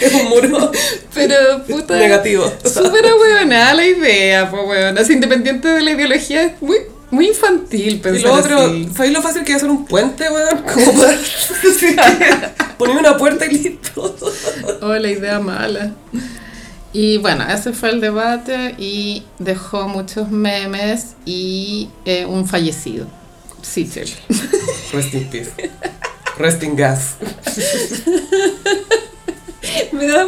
S1: Es un muro
S2: Pero puta.
S1: negativo.
S2: Súper nada la idea, pues weón. Así, independiente de la ideología, es muy, muy infantil
S1: Y
S2: pensar
S1: lo otro,
S2: así.
S1: ¿sabéis lo fácil que es hacer un puente, weón? Como para- sí, poner una puerta y listo.
S2: Oh, la idea mala. Y bueno, ese fue el debate y dejó muchos memes y eh, un fallecido. Sichel.
S1: Rest in peace. Rest in gas.
S2: Me da...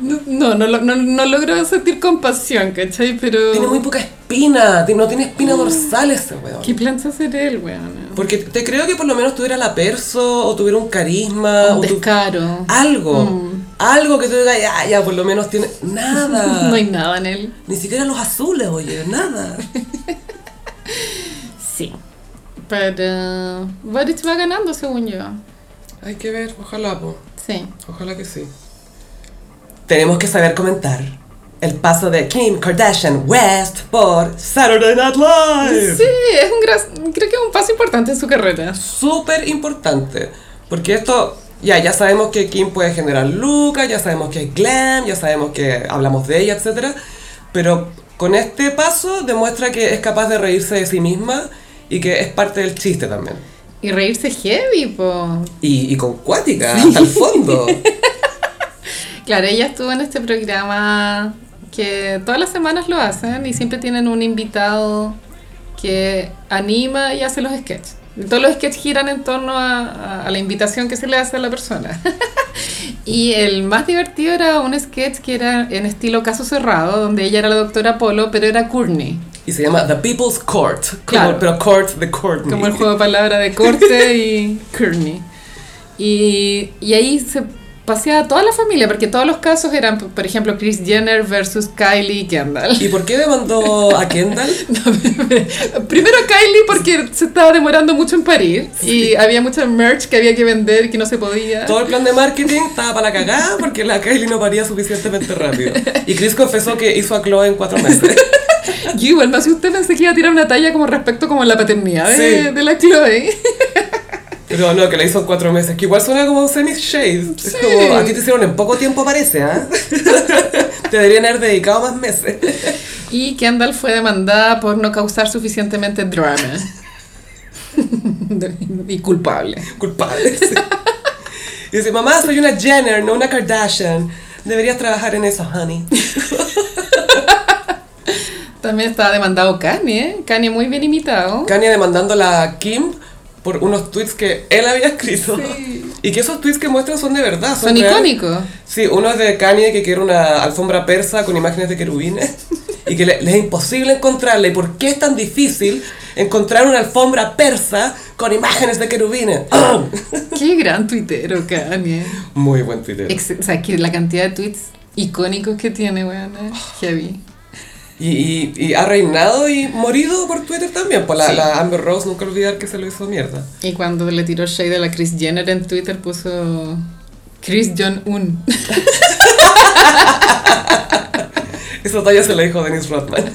S2: No, no, lo- no, no logro sentir compasión, ¿cachai? Pero...
S1: Tiene muy poca espina, ti- no tiene espina dorsal ese weón.
S2: ¿Qué plancha ser él, weón?
S1: Porque te creo que por lo menos tuviera la perso o tuviera Ah, un carisma
S2: Un
S1: o tu-
S2: descaro.
S1: algo. Algo que tú digas, ya, ya, por lo menos tiene. Nada.
S2: No hay nada en él.
S1: Ni siquiera los azules, oye, nada.
S2: Sí. Pero Boric va ganando, según yo.
S1: Hay que ver, ojalá, po.
S2: Sí.
S1: Ojalá que sí. Tenemos que saber comentar el paso de Kim Kardashian West por Saturday Night Live.
S2: Sí, es un gran- creo que es un paso importante en su carrera.
S1: Súper importante. Porque esto, ya, ya sabemos que Kim puede generar lucas, ya sabemos que es glam, ya sabemos que hablamos de ella, etc. Pero con este paso demuestra que es capaz de reírse de sí misma y que es parte del chiste también.
S2: Y reírse heavy, po.
S1: Y, y con cuática, hasta el fondo.
S2: Claro, ella estuvo en este programa que todas las semanas lo hacen y siempre tienen un invitado que anima y hace los sketches. Y Todos los sketches giran en torno a, a- a la invitación que se le hace a la persona. y el más divertido era un sketch que era en estilo caso cerrado, donde ella era la doctora Polo, pero era Courtney.
S1: Y se llama The People's Court. como-
S2: Claro.
S1: Pero Court de Courtney.
S2: Como el juego de palabras de corte y Kearney. Y, y ahí se paseaba toda la familia, porque todos los casos eran, p- por ejemplo, Chris Jenner versus Kylie y Kendall.
S1: ¿Y por qué demandó a Kendall?
S2: No, Primero Kylie porque se estaba demorando mucho en parir y había mucha merch que había que vender que no se podía.
S1: Todo el plan de marketing estaba para la cagada porque la Kylie no paría suficientemente rápido. Y Chris confesó que hizo a Chloe en cuatro meses.
S2: Yo igual me asusté, pensé que iba a tirar una talla como respecto como a la paternidad de,
S1: Sí.
S2: de la Chloe.
S1: Pero no, que la hizo en cuatro meses. Que igual suena como un semi-shade. Es como, a ti te hicieron en poco tiempo parece, ¿ah? te deberían haber dedicado más meses.
S2: Y Kendall fue demandada por no causar suficientemente drama. y culpable.
S1: Culpables. Y dice, mamá, soy una Jenner, no una Kardashian. Deberías trabajar en eso, honey.
S2: También estaba demandado Kanye, ¿eh? Kanye muy bien imitado.
S1: Kanye demandando a la Kim por unos tweets que él había escrito.
S2: Sí.
S1: Y que esos tweets que muestran son de verdad.
S2: Son
S1: reales.
S2: icónicos.
S1: Sí, uno es de Kanye que quiere una alfombra persa con imágenes de querubines y que le, le es imposible encontrarla. ¿Y por qué es tan difícil encontrar una alfombra persa con imágenes de querubines? ¡Ah!
S2: Qué gran tuitero Kanye.
S1: Muy buen Twitter.
S2: Ex- o sea, que la cantidad de tweets icónicos que tiene, weón, es heavy.
S1: Y, y- y ha reinado y morido por Twitter también. Por la,
S2: Sí.
S1: la Amber Rose, nunca olvidar que se lo hizo mierda.
S2: Y cuando le tiró shade a la Chris Jenner en Twitter puso Chris John Un.
S1: Esa talla se la dijo Dennis Rodman.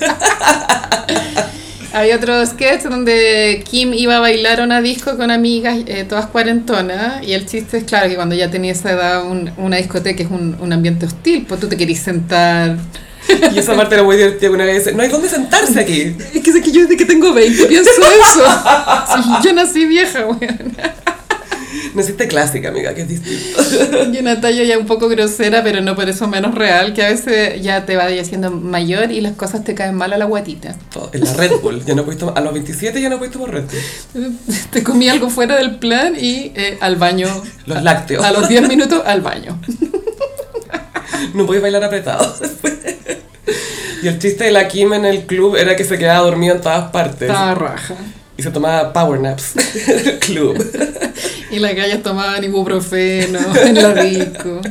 S2: Había otro sketch donde Kim iba a bailar a una disco con amigas, eh, todas cuarentonas, y el chiste es claro que cuando ya tenía esa edad, un- una discoteca es un, un ambiente hostil, pues tú te querís sentar.
S1: Y esa parte era muy divertida. Una vez dice, no hay dónde sentarse aquí.
S2: Es que sé que yo desde que tengo 20 pienso eso. Sí, yo nací vieja, weón.
S1: Naciste clásica, amiga, que es distinto.
S2: Y una talla ya un poco grosera, pero no por eso menos real, que a veces ya te vas haciendo mayor y las cosas te caen mal a la guatita.
S1: Todo, En la Red Bull. Ya no puedes tomar- a los 27 ya no puedes tomar Red Bull.
S2: Te comí algo fuera del plan y eh, al baño.
S1: Los lácteos.
S2: A los 10 minutos al baño.
S1: No podéis bailar apretado. Y el chiste de la Kim en el club era que se quedaba dormida en todas partes.
S2: Estaba raja.
S1: Y se tomaba power naps en el club.
S2: Y las gallas tomaban ibuprofeno en la disco.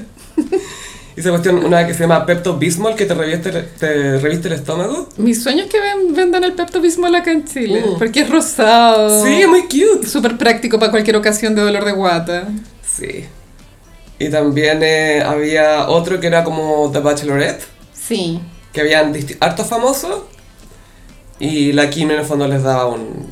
S1: Y esa cuestión, una que se llama Pepto Bismol, que te reviste, el- te reviste el estómago.
S2: Mi sueño es que ven- vendan el Pepto Bismol acá en Chile,
S1: Mm.
S2: porque es rosado.
S1: Sí, muy cute.
S2: Súper práctico para cualquier ocasión de dolor de guata.
S1: Sí. Y también eh, había otro que era como The Bachelorette,
S2: Sí.
S1: que habían disti- hartos famosos. Y la Kim en el fondo les daba un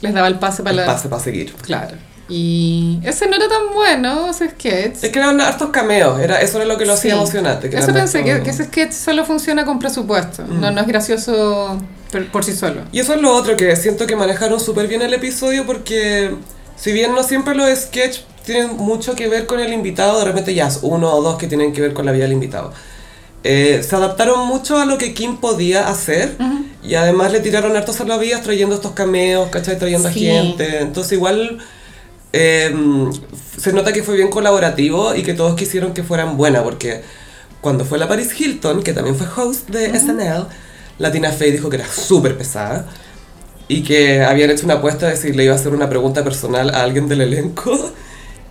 S2: Les daba el pase para la.
S1: pase para seguir.
S2: Claro. Y ese no era tan bueno, ese sketch.
S1: Es que eran hartos cameos, era, eso era lo que lo hacía
S2: Sí.
S1: emocionante. que
S2: Eso
S1: eran
S2: pensé, que,
S1: hartos-
S2: que ese sketch solo funciona con presupuesto.
S1: Mm.
S2: No, no es gracioso per- por sí solo.
S1: Y eso es lo otro que siento que manejaron súper bien el episodio porque si bien no siempre los sketch tienen mucho que ver con el invitado, de repente ya es uno o dos que tienen que ver con la vida del invitado. Eh, se adaptaron mucho a lo que Kim podía hacer y además le tiraron hartos salvavidas trayendo estos cameos, ¿cachai? Trayendo
S2: Sí.
S1: a gente. Entonces igual eh, se nota que fue bien colaborativo y que todos quisieron que fueran buena porque cuando fue la Paris Hilton, que también fue host de SNL, la Tina Fey dijo que era súper pesada y que habían hecho una apuesta de si le iba a hacer una pregunta personal a alguien del elenco.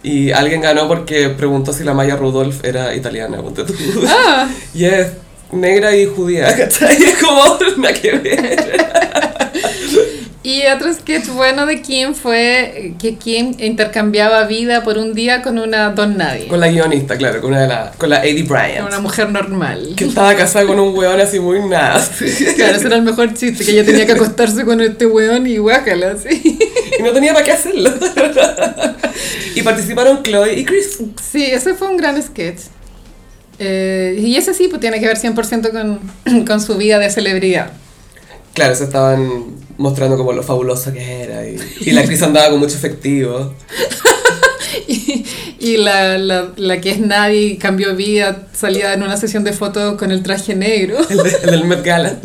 S1: Y alguien ganó porque preguntó si la Maya Rudolph era italiana. ponte tú.
S2: Ah.
S1: Y es negra y judía, ¿cachai? Es como una que ver.
S2: Y otro sketch bueno de Kim fue eh, que Kim intercambiaba vida por un día con una don nadie,
S1: Con la guionista, claro, con una de la, con la Eddie
S2: con
S1: Bryant.
S2: una mujer normal.
S1: Que estaba casada con un weón así muy nasty.
S2: Claro, ese era el mejor chiste, que ella tenía que acostarse con este weón y guácala, sí.
S1: Y no tenía para qué hacerlo. Y participaron Chloe y Chris.
S2: Sí, ese fue un gran sketch. Eh, y ese sí, pues tiene que ver 100% con, con su vida de celebridad.
S1: Claro, se estaban mostrando como lo fabulosa que era. Y, y la Chris andaba con mucho efectivo.
S2: Y, y la, la, la que es nadie y cambió vida salía en una sesión de fotos con el traje negro.
S1: El, de- el del Met Gala.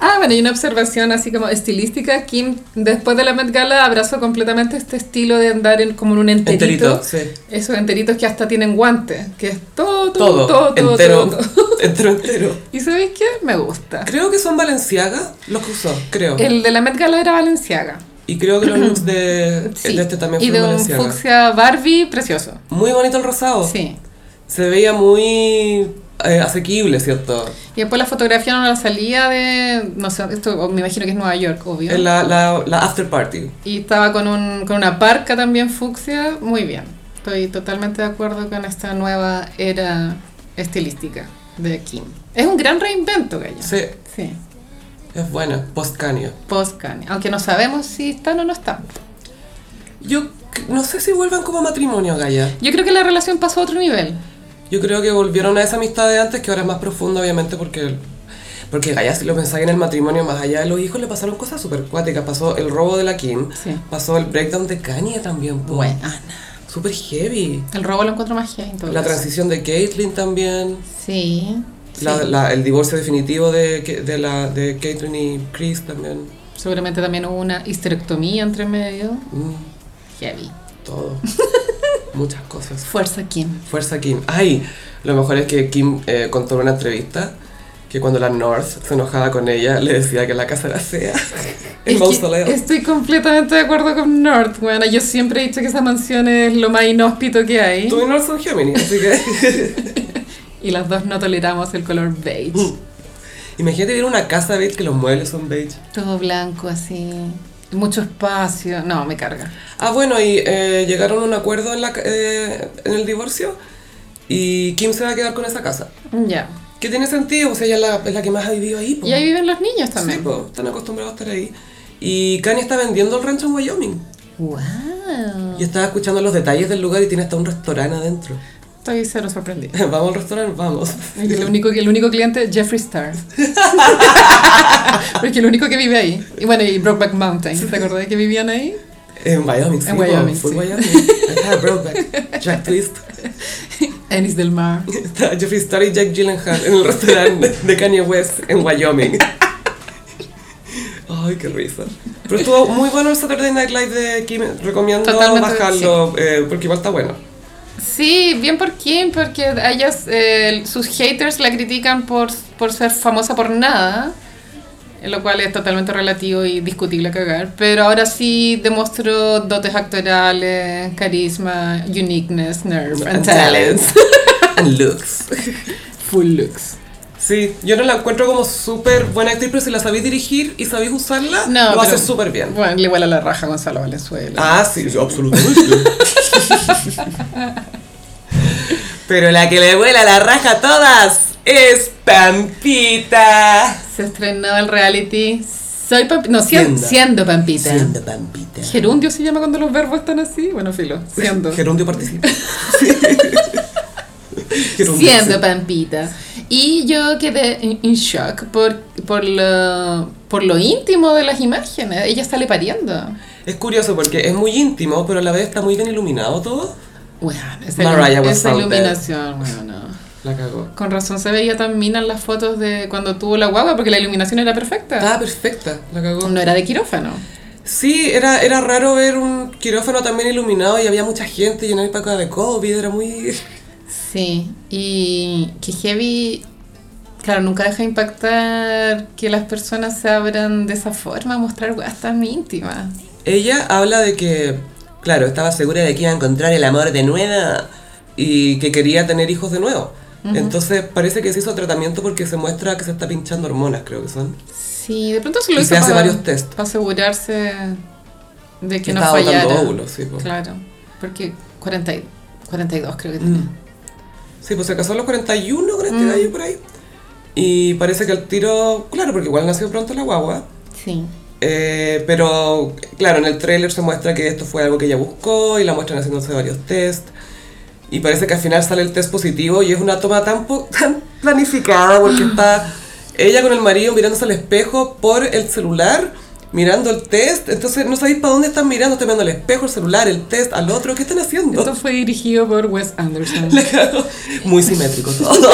S2: Ah, bueno, y una observación así como estilística. Kim, después de la Met Gala, abrazó completamente este estilo de andar en, como en un enterito.
S1: Enterito, sí.
S2: Esos enteritos que hasta tienen guantes, que es todo,
S1: Todo,
S2: todo, todo, todo.
S1: entero,
S2: todo, todo.
S1: entero, entero.
S2: ¿Y sabéis qué? Me gusta.
S1: Creo que son Valenciaga los que usó, creo.
S2: El de la Met Gala era Valenciaga.
S1: Y creo que los looks de,
S2: Sí.
S1: de este también
S2: y de
S1: fueron
S2: un
S1: Balenciaga.
S2: fucsia Barbie precioso.
S1: Muy bonito el rosado.
S2: Sí.
S1: Se veía muy eh, asequible, ¿cierto?
S2: Y después la fotografía no la salía de, no sé, esto me imagino que es Nueva York, obvio.
S1: En la, la, la after party.
S2: Y estaba con, un, con una parca también fucsia, muy bien. Estoy totalmente de acuerdo con esta nueva era estilística de Kim. Es un gran reinvento, Gaya.
S1: Sí,
S2: Sí.
S1: es buena, post -canio.
S2: post Aunque no sabemos si están o no están.
S1: Yo c- no sé si vuelvan como matrimonio, Gaya.
S2: Yo creo que la relación pasó a otro nivel.
S1: Yo creo que volvieron a esa amistad de antes, que ahora es más profunda, obviamente, porque... Porque Gaya, si lo pensáis en el matrimonio, más allá de los hijos, le pasaron cosas súper cuáticas. Pasó el robo de la Kim,
S2: Sí.
S1: pasó el breakdown de Kanye también, po.
S2: Bueno,
S1: Súper heavy.
S2: el robo lo encuentro más heavy en todo
S1: La
S2: caso.
S1: transición de Caitlyn también.
S2: Sí.
S1: La-
S2: Sí.
S1: la- el divorcio definitivo de, Ke- de, la, de Caitlyn y Chris también.
S2: Seguramente también hubo una histerectomía entre medio.
S1: Mm,
S2: Heavy.
S1: todo. Muchas cosas.
S2: Fuerza Kim.
S1: Fuerza Kim. Ay, lo mejor es que Kim eh, contó en una entrevista que cuando la North se enojaba con ella, le decía que la casa era fea.
S2: Es
S1: El
S2: que
S1: mausoleo.
S2: Estoy completamente de acuerdo con North, bueno, yo siempre he dicho que esa mansión es lo más inhóspito que hay.
S1: Tú y North son Gemini, así que...
S2: Y las dos no toleramos el color beige.
S1: Mm. Imagínate vivir en una casa beige que los muebles son beige.
S2: Todo blanco así. Mucho espacio. No, me carga.
S1: Ah, bueno, y eh, llegaron a un acuerdo en, la, ca- eh, en el divorcio y Kim se va a quedar con esa casa.
S2: Ya.
S1: Que tiene sentido, o sea, ella es la, es la que más ha vivido ahí. po.
S2: Y ahí viven los niños
S1: Sí,
S2: también.
S1: po, están acostumbrados a estar ahí. Y Kanye está vendiendo el rancho en Wyoming.
S2: ¡Wow!
S1: Y estaba escuchando los detalles del lugar y tiene hasta un restaurante adentro.
S2: Estoy cero sorprendida.
S1: vamos al restaurante, vamos.
S2: El único, el único cliente, Jeffree Star. Porque el único que vive ahí. Y bueno, y Brokeback Mountain. ¿Te acordás que vivían ahí?
S1: En Wyoming, sí.
S2: En
S1: po,
S2: Wyoming,
S1: Fue
S2: sí.
S1: en Wyoming. Ahí estaba Brokeback, Jack Twist.
S2: Ennis del Mar.
S1: Estaba Jeffree Star y Jack Gyllenhaal en el restaurante de Kanye West en Wyoming. Ay, qué risa. Pero estuvo muy bueno el Saturday Night Live de Kim. Recomiendo
S2: Totalmente,
S1: bajarlo eh, porque igual está bueno.
S2: Sí, bien por Kim, porque a ellas, eh, sus haters la critican por, por ser famosa por nada, lo cual es totalmente relativo y discutible a cagar, pero ahora sí demostró dotes actorales, carisma, uniqueness, nerve, and talents,
S1: And looks.
S2: full looks.
S1: Sí, yo no la encuentro como súper buena actriz, pero si la sabéis dirigir y sabéis usarla,
S2: No,
S1: lo va a
S2: pero-
S1: hacer súper bien.
S2: Bueno, le huele la raja a Gonzalo Valenzuela.
S1: Ah, sí, yo absolutamente. pero la que le vuela la raja a todas es Pampita.
S2: Se estrenó el reality Soy Pampi- no, sien-
S1: Siendo.
S2: siendo, Pampita.
S1: Pampita.
S2: Gerundio se llama cuando los verbos están así, bueno, filo, siendo.
S1: Gerundio participa. Gerundio,
S2: Siendo
S1: sí.
S2: Pampita. Y yo quedé en en shock por, por, lo, por lo íntimo de las imágenes. Ella sale pariendo.
S1: Es curioso porque es muy íntimo, pero a la vez está muy bien iluminado todo.
S2: Weón, esa,
S1: Mariah
S2: ilu-
S1: was
S2: esa
S1: out
S2: iluminación, weón, no.
S1: La cagó.
S2: Con razón se veía tan mina en las fotos de cuando tuvo la guagua, porque la iluminación era perfecta.
S1: Estaba Ah, perfecta, la cagó.
S2: No era de quirófano.
S1: Sí, era, era raro ver un quirófano también iluminado y había mucha gente y en el época de COVID era muy...
S2: Sí. Y que heavy. Claro, nunca deja impactar que las personas se abran de esa forma, a mostrar weas tan íntimas.
S1: Ella habla de que, claro, estaba segura de que iba a encontrar el amor de nuevo y que quería tener hijos de nuevo. Entonces parece que se hizo tratamiento porque se muestra que se está pinchando hormonas, creo que son.
S2: Sí, de pronto se lo
S1: Y
S2: hizo
S1: se hace
S2: para,
S1: varios test.
S2: para asegurarse de que no
S1: Estaba botando
S2: fallara.
S1: óvulos, sí, po.
S2: Claro, porque 40, y- 42 creo que
S1: Mm.
S2: tenía.
S1: Sí, pues se casó a los 41,
S2: Mm.
S1: 42 años este por ahí. Y parece que el tiro, claro, porque igual nació pronto la guagua.
S2: Sí.
S1: Eh, pero, claro, en el tráiler se muestra que esto fue algo que ella buscó y la muestran haciéndose varios test. Y parece que al final sale el test positivo y es una toma tan, po- tan planificada porque está ella con el marido mirándose al espejo por el celular, mirando el test. Entonces no sabéis para dónde están mirando, están mirando el espejo, el celular, el test, al otro. ¿Qué están haciendo?
S2: Esto fue dirigido por Wes Anderson.
S1: La cago. Muy simétrico todo.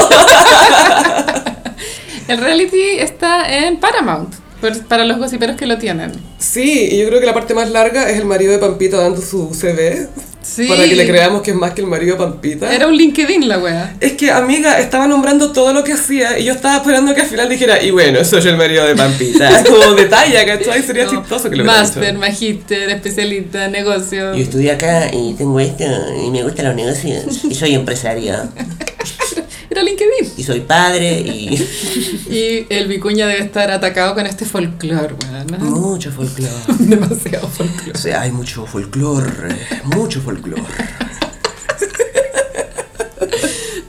S2: El reality está en Paramount, por- para los gossiperos que lo tienen.
S1: Sí, y yo creo que la parte más larga es el marido de Pampita dando su CV
S2: Sí.
S1: para que le creamos que es más que el marido de Pampita.
S2: Era un LinkedIn la wea.
S1: Es que, amiga, estaba nombrando todo lo que hacía y yo estaba esperando que al final dijera, y bueno, soy el marido de Pampita. Como detalle, ¿cachai? Sería
S2: No,
S1: chistoso que lo hubiera hecho.
S2: Máster, magíster, especialista, negocio.
S3: Yo estudié acá y tengo esto y me gustan los negocios y soy empresaria
S2: Era LinkedIn.
S3: y soy padre y
S2: Y el vicuña debe estar atacado con este folclore, ¿eh? wea. ¿no?
S3: mucho folclore.
S2: Demasiado folclore.
S3: O sea, hay mucho folclore, mucho folclore.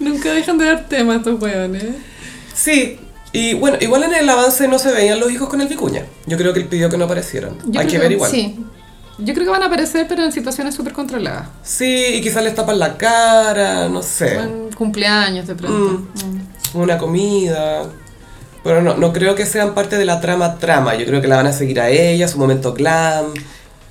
S2: Nunca dejan de dar temas estos hueones.
S1: Sí, y bueno, igual en el avance no se veían los hijos con el vicuña. Yo creo que él pidió que no aparecieran. Hay que ver igual. Sí.
S2: Sí. Yo creo que van a aparecer, pero en situaciones súper controladas.
S1: y quizás les tapan la cara, no sé.
S2: En cumpleaños, de pronto. Mm.
S1: Una comida. Pero no, no creo que sean parte de la trama trama. Yo creo que la van a seguir a ella, su momento glam,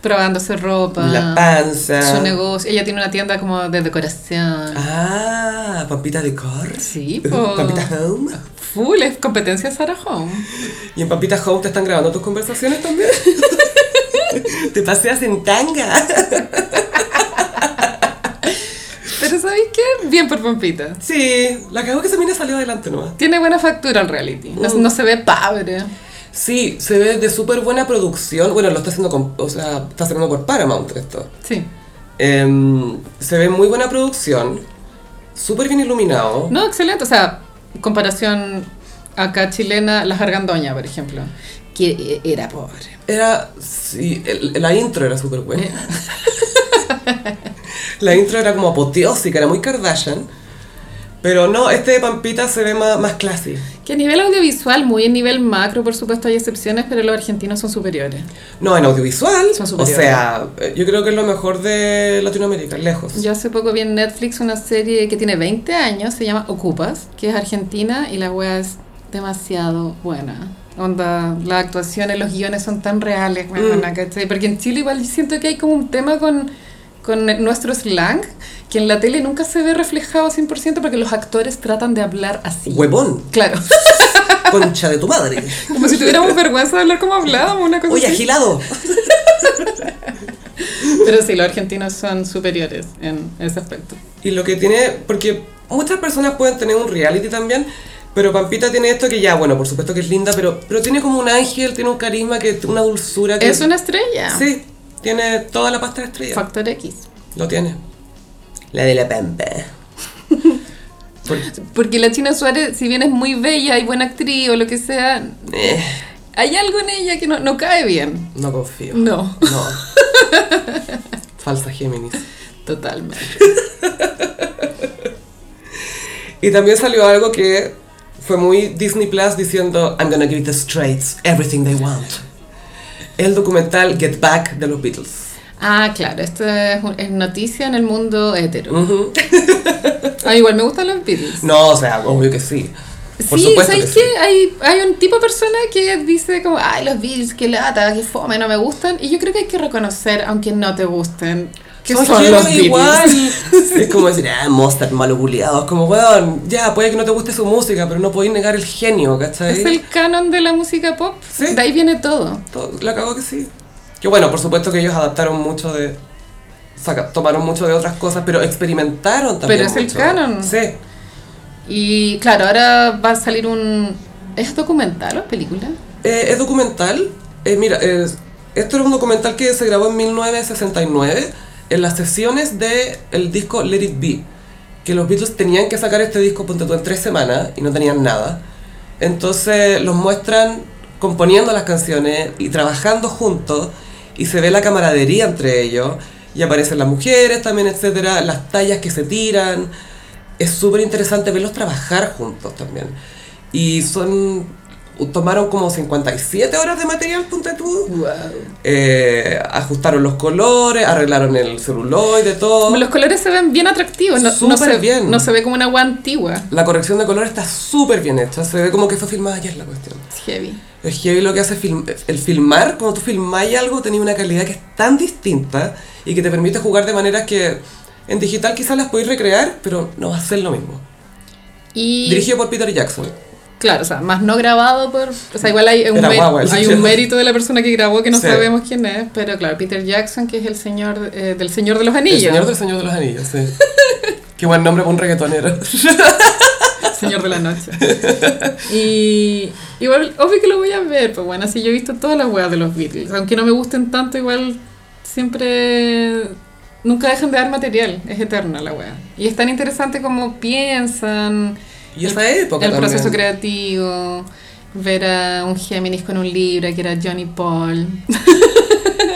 S2: Probándose ropa.
S1: la panza.
S2: Su negocio. Ella tiene una tienda como de decoración.
S1: Ah, Pampita, Pampita de Cor.
S2: Sí, po.
S1: Pampita Home.
S2: Full, es competencia de Sarah Home.
S1: Y en Pampita Home te están grabando tus conversaciones también. te paseas en tanga.
S2: Pero ¿sabéis qué? Bien por Pompita.
S1: Sí, la cagó que esa mina salió adelante nomás.
S2: Tiene buena factura el reality. No, no se ve pobre.
S1: Sí, se ve de súper buena producción. Bueno, lo está haciendo con, o sea, está haciendo por Paramount esto.
S2: Sí.
S1: Em, se ve muy buena producción, súper bien iluminado.
S2: No, excelente. O sea, en comparación acá chilena, La Jargandoña, por ejemplo, que e- era pobre.
S1: Era, sí, el- la intro era súper buena. la intro era como apoteósica, era muy Kardashian. Pero no, este de Pampita se ve más, más classy.
S2: Que a nivel audiovisual, muy a nivel macro, por supuesto, hay excepciones, pero los argentinos son superiores.
S1: No, en audiovisual.
S2: Son
S1: O
S2: superiores.
S1: sea, eh, yo creo que es lo mejor de Latinoamérica, lejos.
S2: Yo hace poco vi en Netflix una serie que tiene 20 años, se llama Ocupas, que es argentina y la wea es demasiado buena. Onda, las actuaciones, los guiones son tan reales,
S1: Mm.
S2: weona, ¿cachai? Porque en Chile igual siento que hay como un tema con, con nuestro slang, que en la tele nunca se ve reflejado 100% porque los actores tratan de hablar así.
S1: Huevón,
S2: Claro,
S1: concha de tu madre.
S2: como si tuviéramos vergüenza de hablar como hablábamos, una cosa
S1: Oye,
S2: así.
S1: agilado.
S2: Pero sí, los argentinos son superiores en ese aspecto.
S1: Y lo que tiene, porque muchas personas pueden tener un reality también, pero Pampita tiene esto que ya, bueno, por supuesto que es linda, pero, pero tiene como un ángel, tiene un carisma, que una dulzura. Que,
S2: Es una estrella.
S1: Sí, tiene toda la pasta de estrella.
S2: Factor X.
S1: Lo tiene.
S3: La de la pampa.
S1: Por-
S2: Porque la China Suárez, si bien es muy bella y buena actriz o lo que sea,
S1: eh,
S2: hay algo en ella que no, no cae bien.
S1: no confío.
S2: No,
S1: No. Falsa Géminis.
S2: totalmente.
S1: Y también salió algo que fue muy Disney Plus diciendo I'm gonna give the straights everything they want. El documental Get Back de los Beatles.
S2: Ah, claro, esto es, un- es noticia en el mundo hetero.
S1: Ujú.
S2: Ah, igual me gustan los Beatles.
S1: No, o sea, obvio que sí. Por
S2: sí,
S1: supuesto que
S2: ¿sabes
S1: sí.
S2: qué? Hay, hay un tipo de persona que dice como, ay, los Beatles, qué lata, qué fome, no me gustan. Y yo creo que hay que reconocer, aunque no te gusten, que son,
S1: género
S2: los Beatles.
S1: igual. es como decir, ah, Mozart, malo buleado. Es como, weón, ya, puede que no te guste su música, pero no podéis negar el genio, ¿cachai?
S2: Es el canon de la música pop.
S1: Sí.
S2: De ahí viene todo.
S1: Todo- La cago que sí. Que bueno, por supuesto que ellos adaptaron mucho de... saca- tomaron mucho de otras cosas, pero experimentaron también
S2: Pero es el
S1: mucho.
S2: canon.
S1: Sí.
S2: Y claro, ahora va a salir un... ¿Es documental o película?
S1: Eh, es documental. Eh, mira, es- esto era un documental que se grabó en 1969 en las sesiones del el disco Let It Be. Que los Beatles tenían que sacar este disco, ponte tú, en tres semanas y no tenían nada. Entonces los muestran componiendo las canciones y trabajando juntos y se ve la camaradería entre ellos. Y aparecen las mujeres también, etcétera, las tallas que se tiran. Es súper interesante verlos trabajar juntos también. Y son. Tomaron como 57 horas de material, punta tú. Eh, ajustaron los colores, arreglaron el celuloide, todo.
S2: Los colores se ven bien atractivos, no, no
S1: Súper
S2: se,
S1: bien.
S2: no se ve como una agua antigua.
S1: La corrección de color está súper bien hecha. Se ve como que fue filmada ayer la cuestión.
S2: Es heavy.
S1: Es heavy lo que hace film- el filmar, cuando tú filmáis algo, tenés una calidad que es tan distinta y que te permite jugar de maneras que en digital quizás las podéis recrear, pero no va a ser lo mismo.
S2: Y
S1: Dirigido por Peter Jackson.
S2: claro, o sea, más no grabado por... O sea, igual hay un,
S1: Era
S2: mé-
S1: guagua, el
S2: hay
S1: señor.
S2: un mérito de la persona que grabó que no
S1: Sí.
S2: sabemos quién es, pero claro, Peter Jackson, que es el señor eh, del Señor de los
S1: El
S2: Anillos.
S1: señor del Señor de los Anillos, sí. Qué buen nombre para un reggaetonero.
S2: Señor de la Noche. Y igual, obvio que lo voy a ver, pues bueno, así yo he visto todas las weas de los Beatles. Aunque no me gusten tanto, igual siempre... Nunca dejan de dar material, es eterna la wea. Y es tan interesante como piensan,
S1: Y esa época
S2: el
S1: también.
S2: proceso creativo, ver a un Géminis con un Libra, que era Johnny Paul.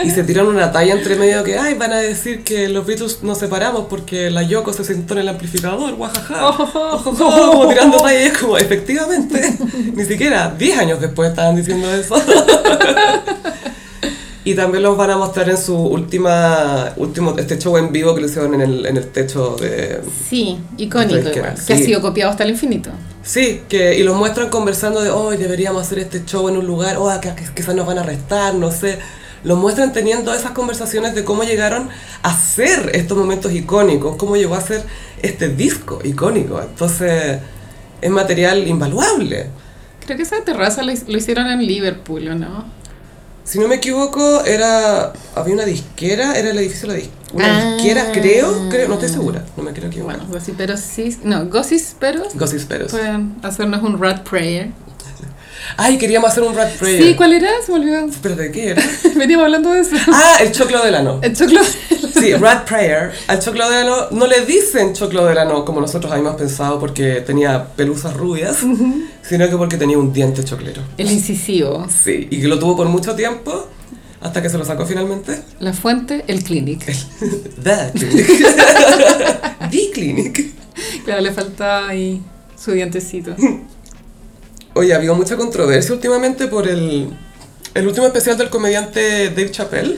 S1: Y se tiran una talla entre medio que, ay, van a decir que los Beatles nos separamos porque la Yoko se sentó en el amplificador, guajaja. Ojojo, como tirando talla y es como, efectivamente, ni siquiera 10 años después estaban diciendo eso. y también los van a mostrar en su última, último, este show en vivo que lo hicieron en el, en el techo de...
S2: Sí, icónico,
S1: Entonces,
S2: igual,
S1: que-
S2: que ha
S1: sí.
S2: sido copiado hasta el infinito.
S1: Sí, que, y los ah, muestran conversando de, hoy deberíamos hacer este show en un lugar, oh, que, que quizás nos van a arrestar, no sé. lo muestran teniendo esas conversaciones de cómo llegaron a ser estos momentos icónicos, cómo llegó a ser este disco icónico. Entonces, es material invaluable.
S2: Creo que esa terraza lo, lo hicieron en Liverpool, ¿o no?
S1: Si no me equivoco, era había una disquera, era el edificio de la disquera. Una
S2: Ah.
S1: disquera, creo, creo, no estoy segura, no me quiero equivocar.
S2: Bueno, Pues Gossip Pero sí. No, Gossip Pero
S1: Gossip Peros.
S2: pueden hacernos un rat prayer.
S1: Ay, queríamos hacer un rap prayer.
S2: Sí, ¿cuál era? Se me olvidó.
S1: Espérate, ¿qué era?
S2: Veníamos hablando de eso.
S1: Ah, el choclo del ano.
S2: El choclo.
S1: Sí, Rat Prayer. Al choclo del ano no le dicen choclo del ano como nosotros habíamos pensado porque tenía pelusas rubias, sino que porque tenía un diente choclero.
S2: El incisivo.
S1: Sí, y que lo tuvo por mucho tiempo hasta que se lo sacó finalmente.
S2: La fuente, el clinic.
S1: The Clinic. The Clinic.
S2: Claro, le faltaba ahí su dientecito.
S1: Oye, ha habido mucha controversia últimamente por el, el último especial del comediante Dave Chappelle.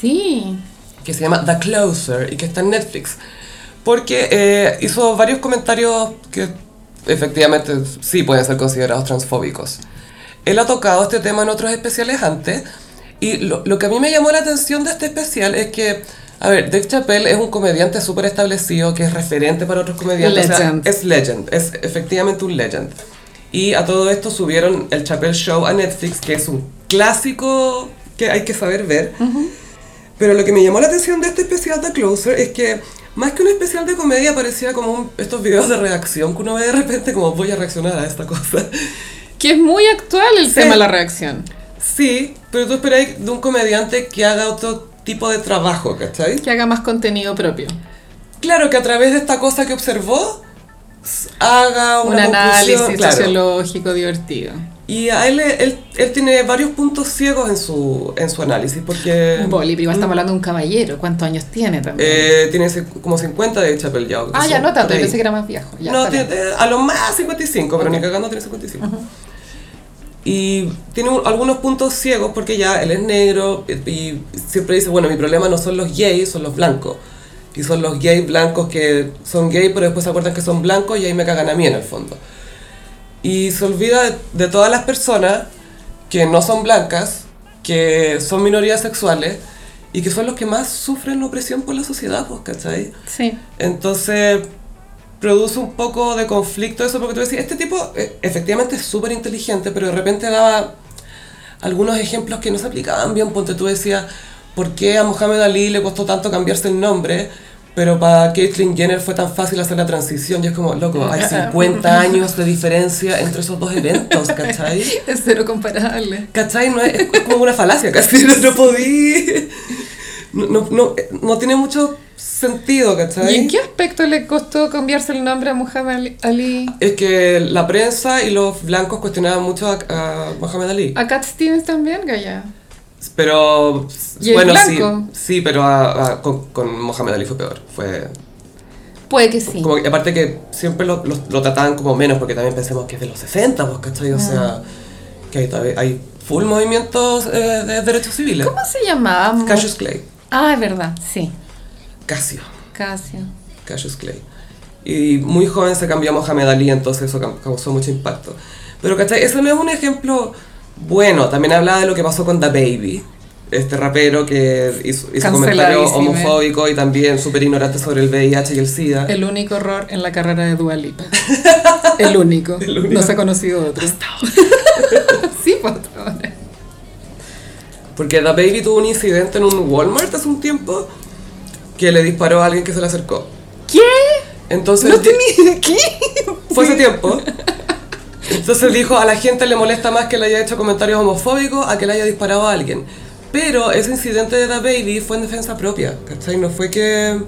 S2: Sí.
S1: que se llama The Closer y que está en Netflix. Porque eh, hizo varios comentarios que efectivamente sí pueden ser considerados transfóbicos. Él ha tocado este tema en otros especiales antes y lo, lo que a mí me llamó la atención de este especial es que, a ver, Dave Chappelle es un comediante súper establecido que es referente para otros comediantes. o sea,
S2: Legend.
S1: es legend, es efectivamente un legend. Y a todo esto subieron el Chappelle Show a Netflix, que es un clásico que hay que saber ver. Pero lo que me llamó la atención de este especial de Closer es que más que un especial de comedia parecía como un- estos videos de reacción que uno ve de repente como voy a reaccionar a esta cosa.
S2: Que es muy actual el
S1: Sí.
S2: tema de la reacción.
S1: Sí, pero tú esperáis de un comediante que haga otro tipo de trabajo, ¿cachai?
S2: Que haga más contenido propio.
S1: Claro que a través de esta cosa que observó s- haga
S2: Un
S1: una conclusión,
S2: análisis
S1: claro.
S2: sociológico divertido.
S1: Y a él, él, él tiene varios puntos ciegos en su, en su análisis porque...
S2: Un boli, pero igual estamos hablando de un caballero. ¿Cuántos años tiene también?
S1: mm. eh, tiene ese- como 50 de Chappelle ya.
S2: ah, ya no tanto.
S1: por ahí.
S2: Pensé que era más viejo. Ya,
S1: no,
S2: está bien.
S1: tiene, eh, a lo más 55, pero
S2: Ok.
S1: ni cagando tiene 55. Y tiene un- algunos puntos ciegos porque ya él es negro y, y siempre dice, bueno, mi problema no son los gays, son los blancos. Y son los gays blancos que son gays, pero después se acuerdan que son blancos y ahí me cagan a mí en el fondo. Y se olvida de, de todas las personas que no son blancas, que son minorías sexuales y que son los que más sufren opresión por la sociedad, pues, ¿cachai?
S2: Sí.
S1: Entonces produce un poco de conflicto eso porque tú decís, este tipo eh, efectivamente es súper inteligente, pero de repente daba algunos ejemplos que no se aplicaban bien, ponte tú decías, ¿por qué a Mohamed Ali le costó tanto cambiarse el nombre? Pero para Caitlyn Jenner fue tan fácil hacer la transición. Y es como, loco, hay 50 años de diferencia entre esos dos eventos, ¿cachai?
S2: Es cero comparable.
S1: ¿Cachai? No es, es como una falacia, casi no, no podí. No, no, no, eh, no tiene mucho sentido, ¿cachai?
S2: ¿Y en qué aspecto le costó cambiarse el nombre a Muhammad Ali- Ali?
S1: Es que la prensa y los blancos cuestionaban mucho a, a Mohamed Ali.
S2: ¿A Cat Stevens también, Gaya?
S1: Pero,
S2: ¿Y el
S1: bueno,
S2: blanco?
S1: sí, sí, pero a- a- con, con Mohamed Ali fue peor. Fue,
S2: Puede que sí.
S1: como que- aparte que siempre lo, lo- lo trataban como menos, porque también pensemos que es de los 60, pues, ¿cachai?
S2: Ah.
S1: O sea, que hay, todavía- hay full movimientos eh, de derechos civiles.
S2: ¿Cómo se llamaba?
S1: Cassius Clay.
S2: Ah, es verdad, sí.
S1: Casio.
S2: Casio.
S1: Cassius Clay. Y muy joven se cambió a Mohamed Ali, entonces eso cam- causó mucho impacto. Pero, ¿cachai? Eso no es un ejemplo bueno. También hablaba de lo que pasó con The Baby, este rapero que hizo, hizo comentarios
S2: Canceladísimo, eh.
S1: homofóbicos y también súper ignorante sobre el VIH y el SIDA.
S2: El único error en la carrera de Dua Lipa. El único.
S1: El único.
S2: No se ha conocido otro. sí, pues, por favor.
S1: Porque The Baby tuvo un incidente en un Walmart hace un tiempo que le disparó a alguien que se le acercó.
S2: ¿Qué?
S1: Entonces,
S2: No tenía... ¿Qué?
S1: Fue hace tiempo. Entonces dijo, a la gente le molesta más que le haya hecho comentarios homofóbicos a que le haya disparado a alguien. Pero ese incidente de The Baby fue en defensa propia, ¿cachai? No fue que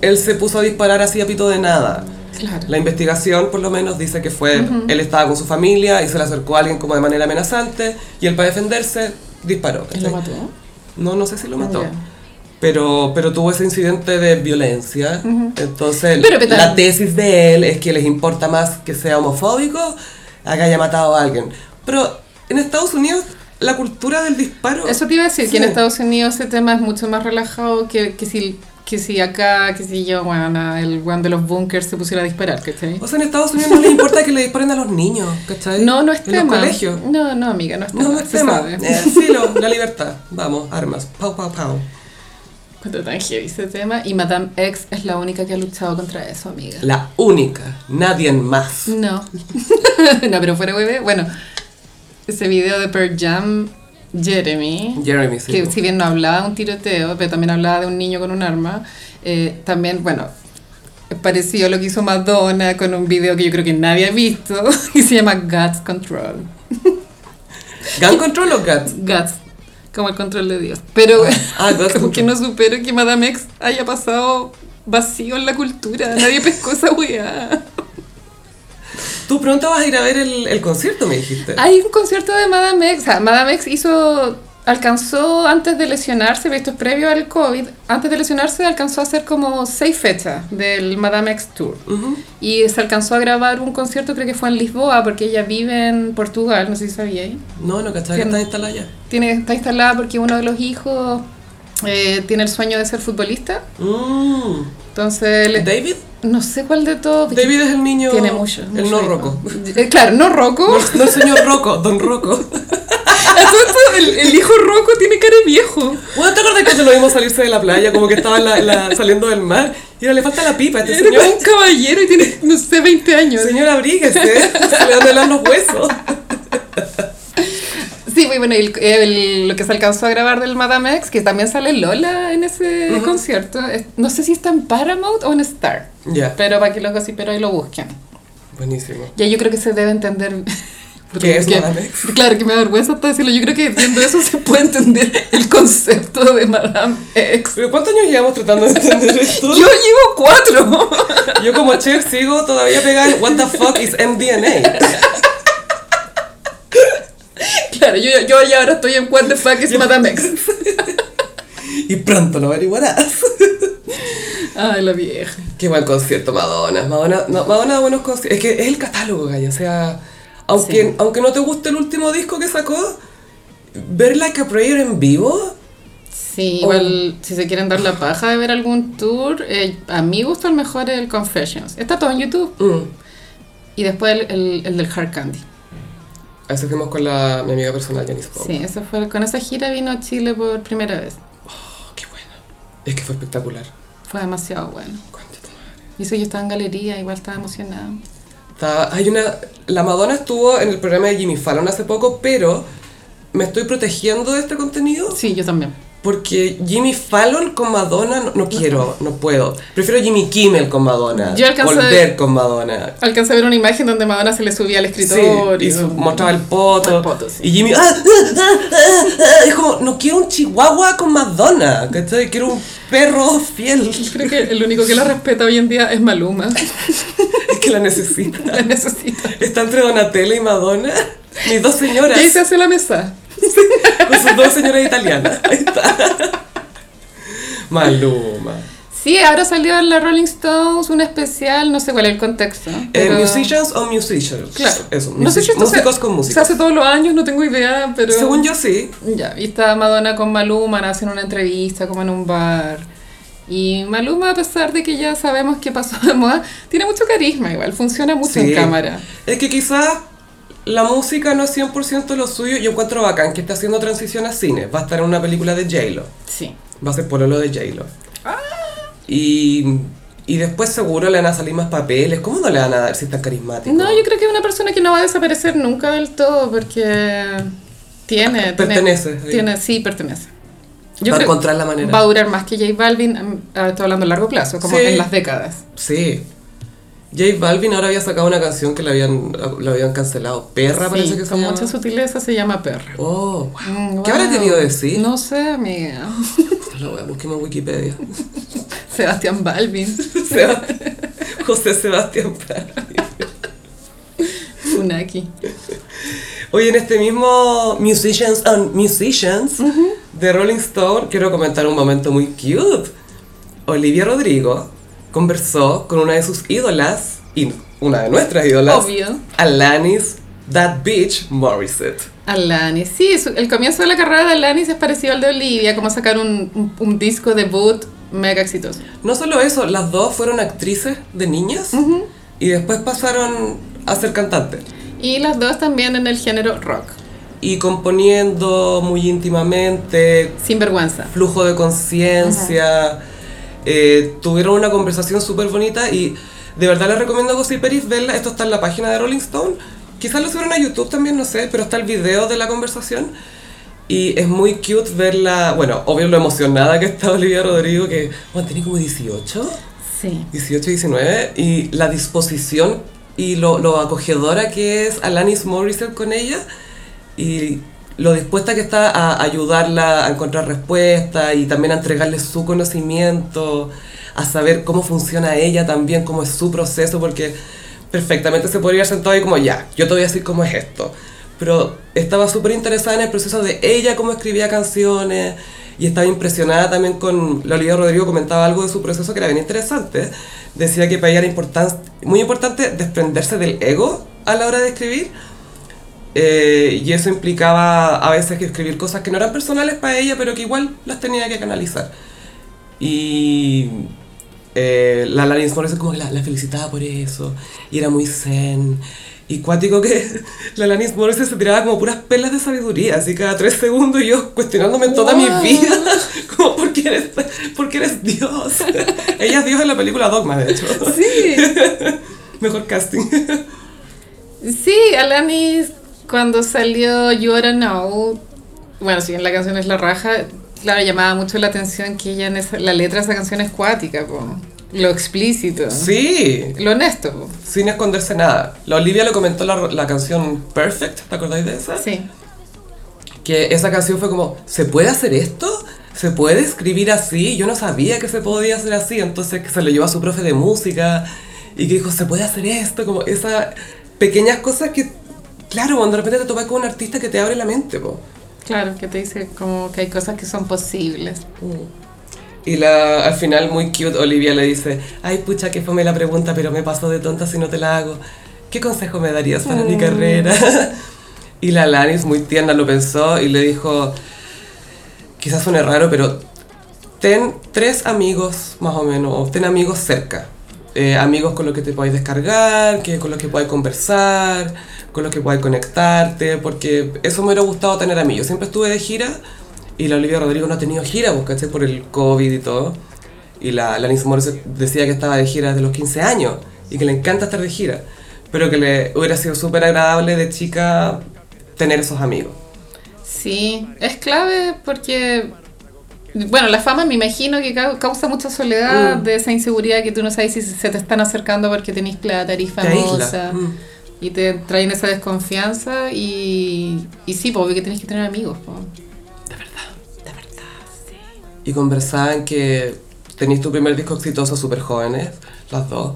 S1: él se puso a disparar así a pito de nada.
S2: Claro.
S1: La investigación, por lo menos, dice que fue, él estaba con su familia y se le acercó a alguien como de manera amenazante y él para defenderse disparó.
S2: ¿Y lo
S1: ¿cachai?
S2: mató?
S1: No, no sé si lo mató.
S2: Ah, ya.
S1: Pero, pero tuvo ese incidente de violencia. Entonces,
S2: Pero que tal-
S1: la tesis de él es que les importa más que sea homofóbico a que haya matado a alguien. Pero en Estados Unidos, la cultura del disparo.
S2: Eso te iba a decir,
S1: Sí.
S2: este que en Estados Unidos ese tema es mucho más relajado que, que si que si acá, que si yo, bueno, el one de los bunkers se pusiera a disparar, ¿cachai?
S1: O sea, en Estados Unidos no les importa que le disparen a los niños, ¿cachai?
S2: No, no es
S1: En los
S2: tema.
S1: colegios.
S2: No, no, amiga, no es tema.
S1: No, no es
S2: se
S1: tema.
S2: sabe.
S1: Eh, sí, lo- la libertad. Vamos, armas. Pau, pau, pau.
S2: Cuánto tan heavy ese tema. Y Madame X es la única que ha luchado contra eso, amiga.
S1: La única. Nadie más.
S2: No. no, pero fuera hueve. Bueno, ese video de Pearl Jam, Jeremy.
S1: Jeremy, sí.
S2: Mm. que si bien no hablaba de un tiroteo, pero también hablaba de un niño con un arma, eh, también, bueno, pareció lo que hizo Madonna con un video que yo creo que nadie ha visto, que se llama God's Control.
S1: ¿Gun Control o Guts?
S2: God's, como el control de Dios. Pero
S1: Ah, God's
S2: como que
S1: Control.
S2: no supero que Madame X haya pasado vacío en la cultura, nadie pescó esa weá.
S1: Tú pronto vas a ir a ver el, el concierto, me dijiste.
S2: Hay un concierto de Madame X. O sea, Madame X hizo. Alcanzó antes de lesionarse, esto es previo al COVID, antes de lesionarse alcanzó a hacer como seis fechas del Madame X Tour.
S1: Ujú.
S2: Y se alcanzó a grabar un concierto, creo que fue en Lisboa, porque ella vive en Portugal, no sé si sabía. ¿eh?
S1: No, no, ¿cachai? Que
S2: Sí.
S1: estás instalada ya.
S2: Tiene, está instalada porque uno de los hijos eh, tiene el sueño de ser futbolista.
S1: Mm.
S2: Entonces, le-
S1: ¿David?
S2: no sé cuál de todos.
S1: David es el niño.
S2: tiene mucho.
S1: El
S2: mucho
S1: no
S2: hijo.
S1: roco.
S2: Eh, claro, no roco.
S1: No, no el señor Rocco, don Rocco.
S2: A todo esto, el, el hijo roco tiene cara de viejo.
S1: Bueno, ¿te acuerdas cuando lo vimos salirse de la playa? Como que estaba en la- en la- saliendo del mar. Y ahora le falta la pipa a este
S2: Era
S1: señor.
S2: un caballero y tiene, no sé, 20 años.
S1: Señor, abríguese. Se le van a helar los huesos.
S2: Sí, muy bueno, y el- el- lo que se alcanzó a grabar del Madame X, que también sale Lola en ese concierto. Es- No sé si está en Paramount o en Star,
S1: Ya.
S2: pero para que los gossiperos ahí lo busquen.
S1: Buenísimo.
S2: Ya yo creo que se debe entender...
S1: ¿Qué es
S2: porque-
S1: Madame X?
S2: Claro, que me da vergüenza hasta decirlo. Yo creo que viendo eso se puede entender el concepto de Madame X.
S1: ¿Pero cuántos años llevamos tratando de entender esto?
S2: Yo llevo cuatro.
S1: Yo como chef sigo todavía pegada en What the fuck is MDNA.
S2: Claro, yo, yo ya ahora estoy en What the fuck is Madame X.
S1: Y pronto lo averiguarás.
S2: Ay, la vieja.
S1: Qué buen concierto, Madonna. Madonna, no, Madonna da buenos conciertos. Es que es el catálogo, Gaya. O sea, aunque,
S2: Sí.
S1: aunque no te guste el último disco que sacó, ver Like a Prayer en vivo.
S2: Sí,
S1: O-
S2: igual si se quieren dar la paja de ver algún tour, eh, a mi gusto el mejor es el Confessions. Está todo en YouTube.
S1: Mm.
S2: Y después el, el- el del Hard Candy.
S1: A eso fuimos con la, mi amiga personal, Janice Powell.
S2: Sí, eso fue, con esa gira vino a Chile por primera vez.
S1: Oh, qué bueno. Es que fue espectacular.
S2: Fue demasiado bueno.
S1: Concha tu madre.
S2: Y eso yo estaba en galería, igual estaba emocionada.
S1: Estaba- hay una, la Madonna estuvo en el programa de Jimmy Fallon hace poco, pero me estoy protegiendo de este contenido
S2: Sí, yo también.
S1: Porque Jimmy Fallon con Madonna no, no quiero, no puedo. Prefiero Jimmy Kimmel con Madonna.
S2: Yo alcancé-
S1: Volver con Madonna.
S2: Alcancé a ver una imagen donde Madonna se le subía al
S1: Sí,
S2: escritor.
S1: y su- mostraba el poto.
S2: El poto, sí.
S1: Y Jimmy. ¡ah! ¡ah! ¡ah! ¡ah! ¡ah! Es como, no quiero un chihuahua con Madonna. ¿Cachai? Quiero un perro fiel.
S2: Creo que el único que la respeta hoy en día es Maluma.
S1: Es que la necesito.
S2: La necesita.
S1: Está entre Donatella y Madonna. Mis dos
S2: Y
S1: señoras.
S2: ahí se hace la mesa.
S1: Con sus dos señoras italianas. Ahí está. Maluma.
S2: Sí, ahora salió en la Rolling Stones un especial, no sé cuál es el contexto.
S1: Eh,
S2: pero-
S1: musicians o musicians.
S2: Claro.
S1: Eso,
S2: no sé si esto
S1: músicos
S2: se,
S1: con
S2: Se
S1: músicos.
S2: hace todos los años, no tengo idea, pero.
S1: Según yo sí.
S2: Ya, y está Madonna con Maluma, hacen una entrevista, como en un bar. Y Maluma, a pesar de que ya sabemos qué pasó de moda, tiene mucho carisma igual, funciona mucho
S1: sí.
S2: en cámara.
S1: Es que quizás la música no es 100% lo suyo. Yo encuentro bacán que está haciendo transición a cine. Va a estar en una película de J-Lo.
S2: Sí.
S1: Va a ser pololo de J-Lo.
S2: Ah.
S1: Y, y después seguro le van a salir más papeles. ¿Cómo no le van a dar si es tan carismático?
S2: No, yo creo que es una persona que no va a desaparecer nunca del todo porque tiene. tiene-
S1: Pertenece, sí.
S2: Tiene, sí, pertenece.
S1: Va a encontrar la manera.
S2: Va a durar más que J Balvin, am- ah, estoy hablando a largo plazo, como
S1: Sí.
S2: en las décadas.
S1: Sí. J Balvin ahora había sacado una canción que la habían, la habían cancelado. Perra
S2: Sí,
S1: parece que se
S2: con
S1: llama.
S2: mucha sutileza se llama perra.
S1: Oh, wow.
S2: Mm,
S1: ¿Qué
S2: wow.
S1: habrá querido decir?
S2: No sé, amiga.
S1: Lo voy a buscar en Wikipedia.
S2: Sebastián Balvin.
S1: Seb- José Sebastián Prada.
S2: Funaki.
S1: Oye, en este mismo Musicians and Musicians de Rolling Stone, quiero comentar un momento muy cute. Olivia Rodrigo conversó con una de sus ídolas, y una de nuestras ídolas,
S2: Obvio.
S1: Alanis That Bitch Morissette.
S2: Alanis. Sí, su- el comienzo de la carrera de Alanis es parecido al de Olivia, como sacar un, un, un disco debut mega exitoso.
S1: No solo eso, las dos fueron actrices de niñas y después pasaron a ser cantantes.
S2: Y las dos también en el género rock.
S1: Y componiendo muy íntimamente,
S2: Sin vergüenza.
S1: flujo de conciencia. eh, tuvieron una conversación súper bonita y de verdad les recomiendo a Gossiperis verla. Esto está en la página de Rolling Stone. Quizás lo subieron a YouTube también, no sé, pero está el video de la conversación. Y es muy cute verla, bueno, obvio lo emocionada que está Olivia Rodrigo, que bueno, tiene como 18,
S2: Sí.
S1: 18, 19, y la disposición y lo, lo acogedora que es Alanis Morissette con ella, y lo dispuesta que está a ayudarla a encontrar respuestas y también a entregarle su conocimiento, a saber cómo funciona ella también, cómo es su proceso, porque perfectamente se podría haber sentado ahí como, ya, yo te voy a decir cómo es esto. Pero estaba súper interesada en el proceso de ella, cómo escribía canciones, y estaba impresionada también con, la Olivia Rodrigo comentaba algo de su proceso que era bien interesante, decía que para ella era importan- muy importante desprenderse del ego a la hora de escribir, eh, y eso implicaba a veces que escribir cosas que no eran personales para ella, pero que igual las tenía que canalizar. Y eh, la Alanis Morissette como que la, la felicitaba por eso, y era muy zen. Y cuático que la Alanis Morissette se tiraba como puras pelas de sabiduría, así cada tres segundos yo cuestionándome toda mi
S2: Wow.
S1: vida, como ¿por qué eres, por qué eres Dios? Ella es Dios en la película Dogma, de hecho.
S2: Sí. Ah.
S1: Mejor casting.
S2: Sí, Alanis, cuando salió You Are Now, bueno, si bien la canción es la raja, claro, llamaba mucho la atención que ella en esa- la letra de esa canción es cuática, po. lo explícito,
S1: Sí,
S2: lo honesto. po.
S1: sin esconderse nada. La Olivia lo comentó la, la canción Perfect, ¿te acordáis de esa?
S2: Sí.
S1: Que esa canción fue como, ¿se puede hacer esto? ¿Se puede escribir así? Yo no sabía que se podía hacer así, entonces que se lo llevó a su profe de música y que dijo, ¿se puede hacer esto? Como esas pequeñas cosas que, claro, cuando de repente te topas con un artista que te abre la mente, po.
S2: Claro, que te dice como que hay cosas que son posibles.
S1: Y la, al final, muy cute, Olivia le dice, ay, pucha, que fome la pregunta, pero me paso de tonta si no te la hago. ¿Qué consejo me darías para mi carrera? y la Lanis, muy tierna, lo pensó y le dijo, quizás suene raro, pero ten tres amigos, más o menos, o ten amigos cerca. Eh, amigos con los que te podáis descargar, que con los que podáis conversar, con los que podáis conectarte, porque eso me hubiera gustado tener a mí. Yo siempre estuve de gira y la Olivia Rodrigo no ha tenido gira, pues, ¿cachai? Por el COVID y todo. Y la Lanis Morris decía que estaba de gira desde los 15 años y que le encanta estar de gira, pero que le hubiera sido súper agradable de chica tener esos amigos.
S2: Sí, es clave porque, bueno, la fama me imagino que cau- causa mucha soledad
S1: Mm.
S2: de esa inseguridad que tú no sabes si se te están acercando porque tenés plata, eres
S1: Te aísla.
S2: famosa.
S1: Mm.
S2: Y te traen esa desconfianza y, y sí, pues obvio que tienes que tener amigos. po.
S1: y conversaban que tenéis tu primer disco exitoso súper jóvenes, las dos,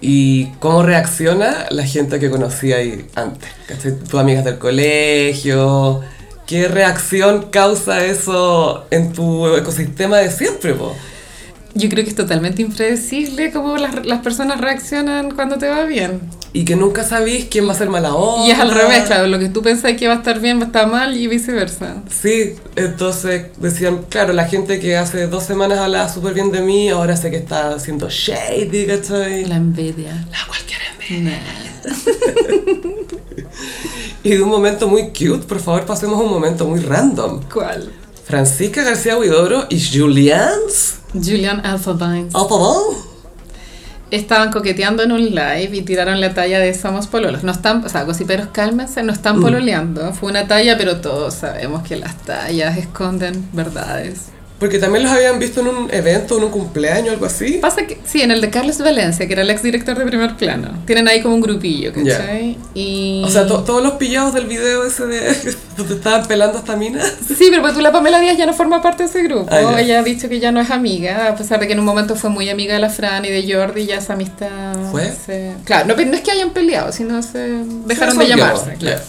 S1: y cómo reacciona la gente que conocía ahí antes, ¿cachai? Tus amigas del colegio, ¿qué reacción causa eso en tu ecosistema de siempre, po?
S2: Yo creo que es totalmente impredecible cómo las, las personas reaccionan cuando te va bien.
S1: Y que nunca sabéis quién va a ser mala onda.
S2: Y es al revés, claro, lo que tú pensás que va a estar bien va a estar mal y viceversa.
S1: Sí, entonces decían, claro, la gente que hace dos semanas hablaba súper bien de mí, ahora sé que está haciendo shady, ¿cachai?
S2: La envidia.
S1: La cualquiera envidia.
S2: Nah.
S1: Y de un momento muy cute, por favor, pasemos a un momento muy random.
S2: ¿Cuál?
S1: Francisca García Huidobro y Julians
S2: Julian Alphabine.
S1: Opalón.
S2: Estaban coqueteando en un live y tiraron la talla de somos pololos. No están, o sea, gossiperos, cálmense, no
S1: Mm.
S2: están pololeando. Fue una talla, pero todos sabemos que las tallas esconden verdades.
S1: Porque también los habían visto en un evento, en un cumpleaños, algo así.
S2: Pasa que, sí, en el de Carlos Valencia, que era el exdirector de primer plano. Tienen ahí como un grupillo, ¿cachai? Y...
S1: O sea, to- todos los pillados del video ese de donde estaban pelando a esta mina.
S2: Sí, pero pues tú, la Pamela Díaz ya no forma parte de ese grupo.
S1: Ah, ya.
S2: Ella ha dicho que ya no es amiga, a pesar de que en un momento fue muy amiga de la Fran y de Jordi, ya esa amistad...
S1: ¿Fue?
S2: se- Claro, no, pero no es que hayan peleado, sino se dejaron
S1: Se
S2: de
S1: resolvió,
S2: llamarse.
S1: ya.
S2: Claro.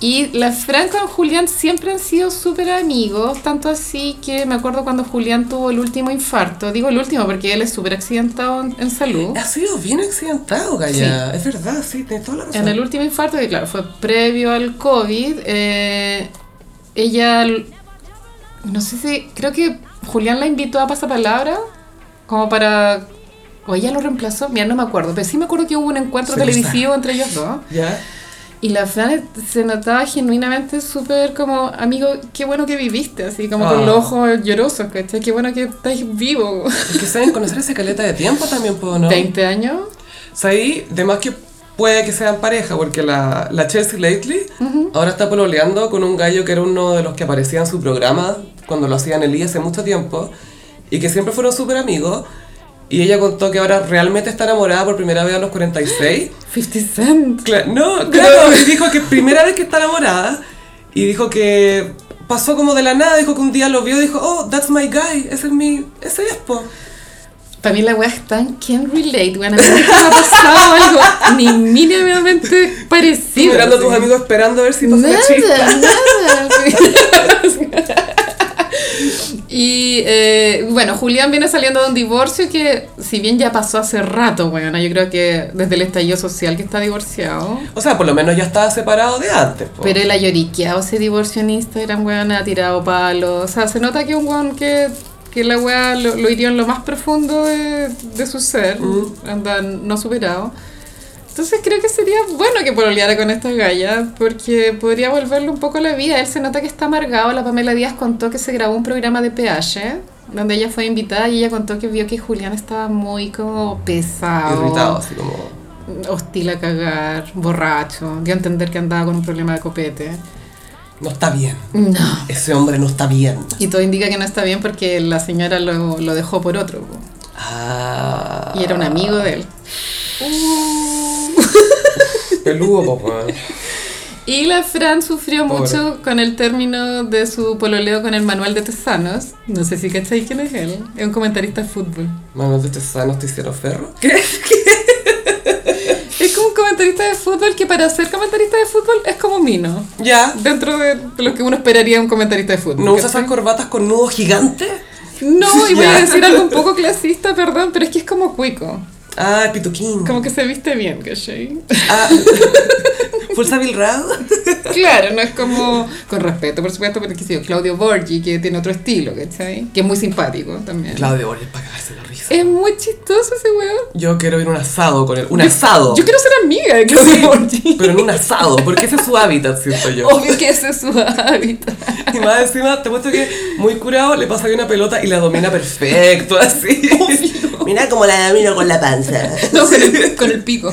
S2: Y la Fran con Julián siempre han sido súper amigos, tanto así que me acuerdo cuando Julián tuvo el último infarto. Digo el último porque él es súper accidentado en, en salud.
S1: Ha sido bien accidentado, Gaya. Es verdad, sí, tienes toda la razón.
S2: En el último infarto, que claro, fue previo al COVID, eh, ella, l- no sé si, creo que Julián la invitó a Pasapalabra como para... O ella lo reemplazó, mira, no me acuerdo, pero sí me acuerdo que hubo un encuentro
S1: Se
S2: televisivo entre ellos dos.
S1: ¿Ya?
S2: Y la Fran se notaba genuinamente súper como, amigo, qué bueno que viviste, así como
S1: Ah.
S2: con los ojos llorosos, ¿cachai? Qué bueno que estáis vivo.
S1: Es que saben conocer esa caleta de tiempo también, po, ¿no?
S2: 20 años.
S1: O sea, ahí, además que puede que sean pareja, porque la, la Chelsea Lately ahora está pololeando con un gallo que era uno de los que aparecía en su programa cuando lo hacían Elí hace mucho tiempo y que siempre fueron súper amigos. Y ella contó que ahora realmente está enamorada por primera vez a los 46.
S2: 50 Cent.
S1: Cla- no, claro, y dijo que primera vez que está enamorada y dijo que pasó como de la nada, dijo que un día lo vio y dijo, oh, that's my guy, ese es mi, ese es, po.
S2: Para mí la weá es tan can relate, weón. A mí nunca me ha pasado algo ni mínimamente
S1: Tú
S2: parecido.
S1: mirando a
S2: así.
S1: tus amigos esperando a ver si pasa una chispa.
S2: Nada, nada. Y eh, bueno, Julián viene saliendo de un divorcio que, si bien ya pasó hace rato, bueno, yo creo que desde el estallido social que está divorciado.
S1: O sea, por lo menos ya estaba separado de antes. po.
S2: Pero él ha lloriqueado ese divorcio en Instagram, weón, ha tirado palos. O sea, se nota que es un weón que, que la weá lo, lo hirió en lo más profundo de, de su ser. Anda, no superado. Entonces creo que sería bueno que pololeara con esta galla, porque podría volverle un poco la vida. Él se nota que está amargado. La Pamela Díaz contó que se grabó un programa de PH, donde ella fue invitada y ella contó que vio que Julián estaba muy como pesado
S1: Irritado, así como.
S2: hostil a cagar, borracho, dio a entender que andaba con un problema de copete.
S1: No está bien.
S2: No.
S1: Ese hombre no está bien.
S2: Y todo indica que no está bien porque la señora lo, lo dejó por otro. po.
S1: Ah.
S2: Y era un amigo de él.
S1: Peludo, po, weón.
S2: Y la Fran sufrió
S1: Pobre.
S2: mucho con el término de su pololeo con el Manuel de Tesanos. No sé si cacháis quién es él. Es un comentarista de fútbol.
S1: Manos de tesanos te hicieron ferro.
S2: Es como un comentarista de fútbol que para ser comentarista de fútbol es como Mino.
S1: Ya.
S2: Dentro de lo que uno esperaría de un comentarista de fútbol.
S1: ¿No usas
S2: ¿cachai?
S1: esas corbatas con nudos gigantes?
S2: No, y voy a
S1: Ya.
S2: decir algo un poco clasista, perdón, pero es que es como cuico.
S1: Ah, el pituquín.
S2: Como que se viste bien, ¿cachai?
S1: Ah. Full sabilrado.
S2: Claro, no es como. Con respeto, por supuesto, pero qué sé yo, Claudio Borgi, que tiene otro estilo, ¿cachai? Que es muy simpático también.
S1: Claudio Borges para cagarse la risa.
S2: Es muy chistoso ese weón.
S1: Yo quiero ir a un asado con él. Un
S2: Yo-
S1: asado.
S2: Yo quiero ser amiga de Claudio
S1: Sí,
S2: Borgi.
S1: Pero en un asado, porque ese es su hábitat, siento yo.
S2: Obvio que ese es su hábitat.
S1: Y más encima, te puesto que muy curado le pasa bien una pelota y la domina perfecto, así.
S3: Mirá cómo la miro con la panza.
S2: No, con el, con el pico.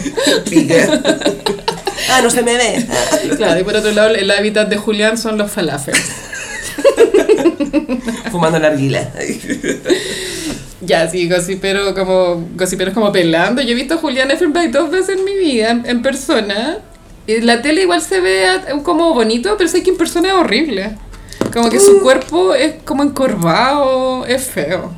S3: Pica. Ah, no se me ve. Ah.
S2: Claro, y por otro lado, el hábitat de Julián son los falafels.
S1: Fumando la arguila.
S2: Ya, sí, gossipero como, gossipero es como pelando. Yo he visto a Julián Effenberg dos veces en mi vida, en, en persona. Y la tele igual se ve a- eh, como bonito, pero sé que en persona es horrible. Como que
S1: Uh.
S2: su cuerpo es como encorvado, es feo.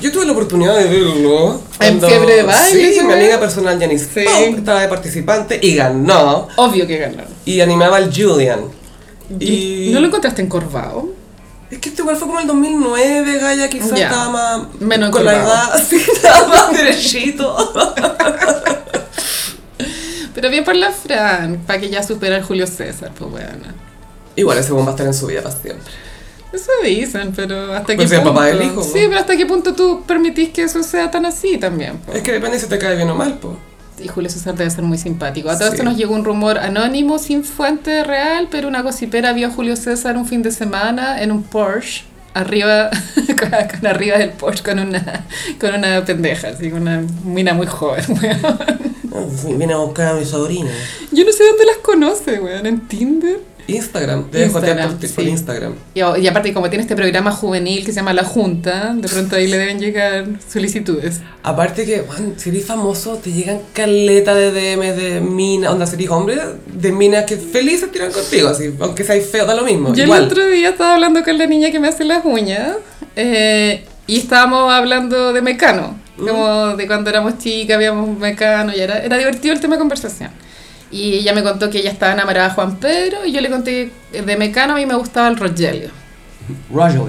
S1: Yo tuve la oportunidad de verlo.
S2: En fiebre de baile,
S1: Sí,
S2: ¿se
S1: mi
S2: ve?
S1: amiga personal Janice
S2: Sí.
S1: Pau estaba de participante y ganó.
S2: Obvio que ganó.
S1: Y animaba al Julian.
S2: Y...
S1: Y.
S2: ¿No lo encontraste encorvado?
S1: Es que este igual fue como el 2009, Gaya, quizás
S2: Ya.
S1: estaba más.
S2: Menos
S1: Con la
S2: encorvado.
S1: edad, sí, estaba más derechito.
S2: Pero bien por la Fran, para que ya supera al Julio César, pues bueno.
S1: Igual ese bomba va a estar en su vida para siempre.
S2: Eso dicen, pero hasta qué
S1: Pues sea el
S2: punto.
S1: papá del hijo,
S2: sí,
S1: ¿no?
S2: pero hasta qué punto tú permitís que eso sea tan así también. pues. po?
S1: Es que depende si te cae bien o mal, po.
S2: Y Julio César debe ser muy simpático. A todo
S1: Sí.
S2: esto nos llegó un rumor anónimo, sin fuente real, pero una gocipera vio a Julio César un fin de semana en un Porsche, arriba, con, con arriba del Porsche, con una, con una pendeja, así, con una mina muy joven, weón.
S3: Ah, sí, Viene a buscar a mi sobrina.
S2: Yo no sé dónde las conoce, weón, en Tinder.
S1: Instagram, debes
S2: Instagram,
S1: jotear por, ti- por
S2: sí.
S1: Instagram.
S2: Y, a- y aparte, como tiene este programa juvenil que se llama La Junta, de pronto ahí le deben llegar solicitudes.
S1: Aparte que, man, si eres famoso, te llegan caleta de DMs de minas, onda, si eres hombre, de minas que felices tiran contigo, así, aunque seas feo, da lo mismo,
S2: Yo el
S1: igual.
S2: otro día estaba hablando con la niña que me hace las uñas eh, y estábamos hablando de Mecano, como de cuando éramos chicas, habíamos Mecano y era, era divertido el tema de conversación. Y ella me contó que ella estaba enamorada de Juan Pedro y yo le conté que de Mecano a mí me gustaba el Rogelio.
S1: Rogelio.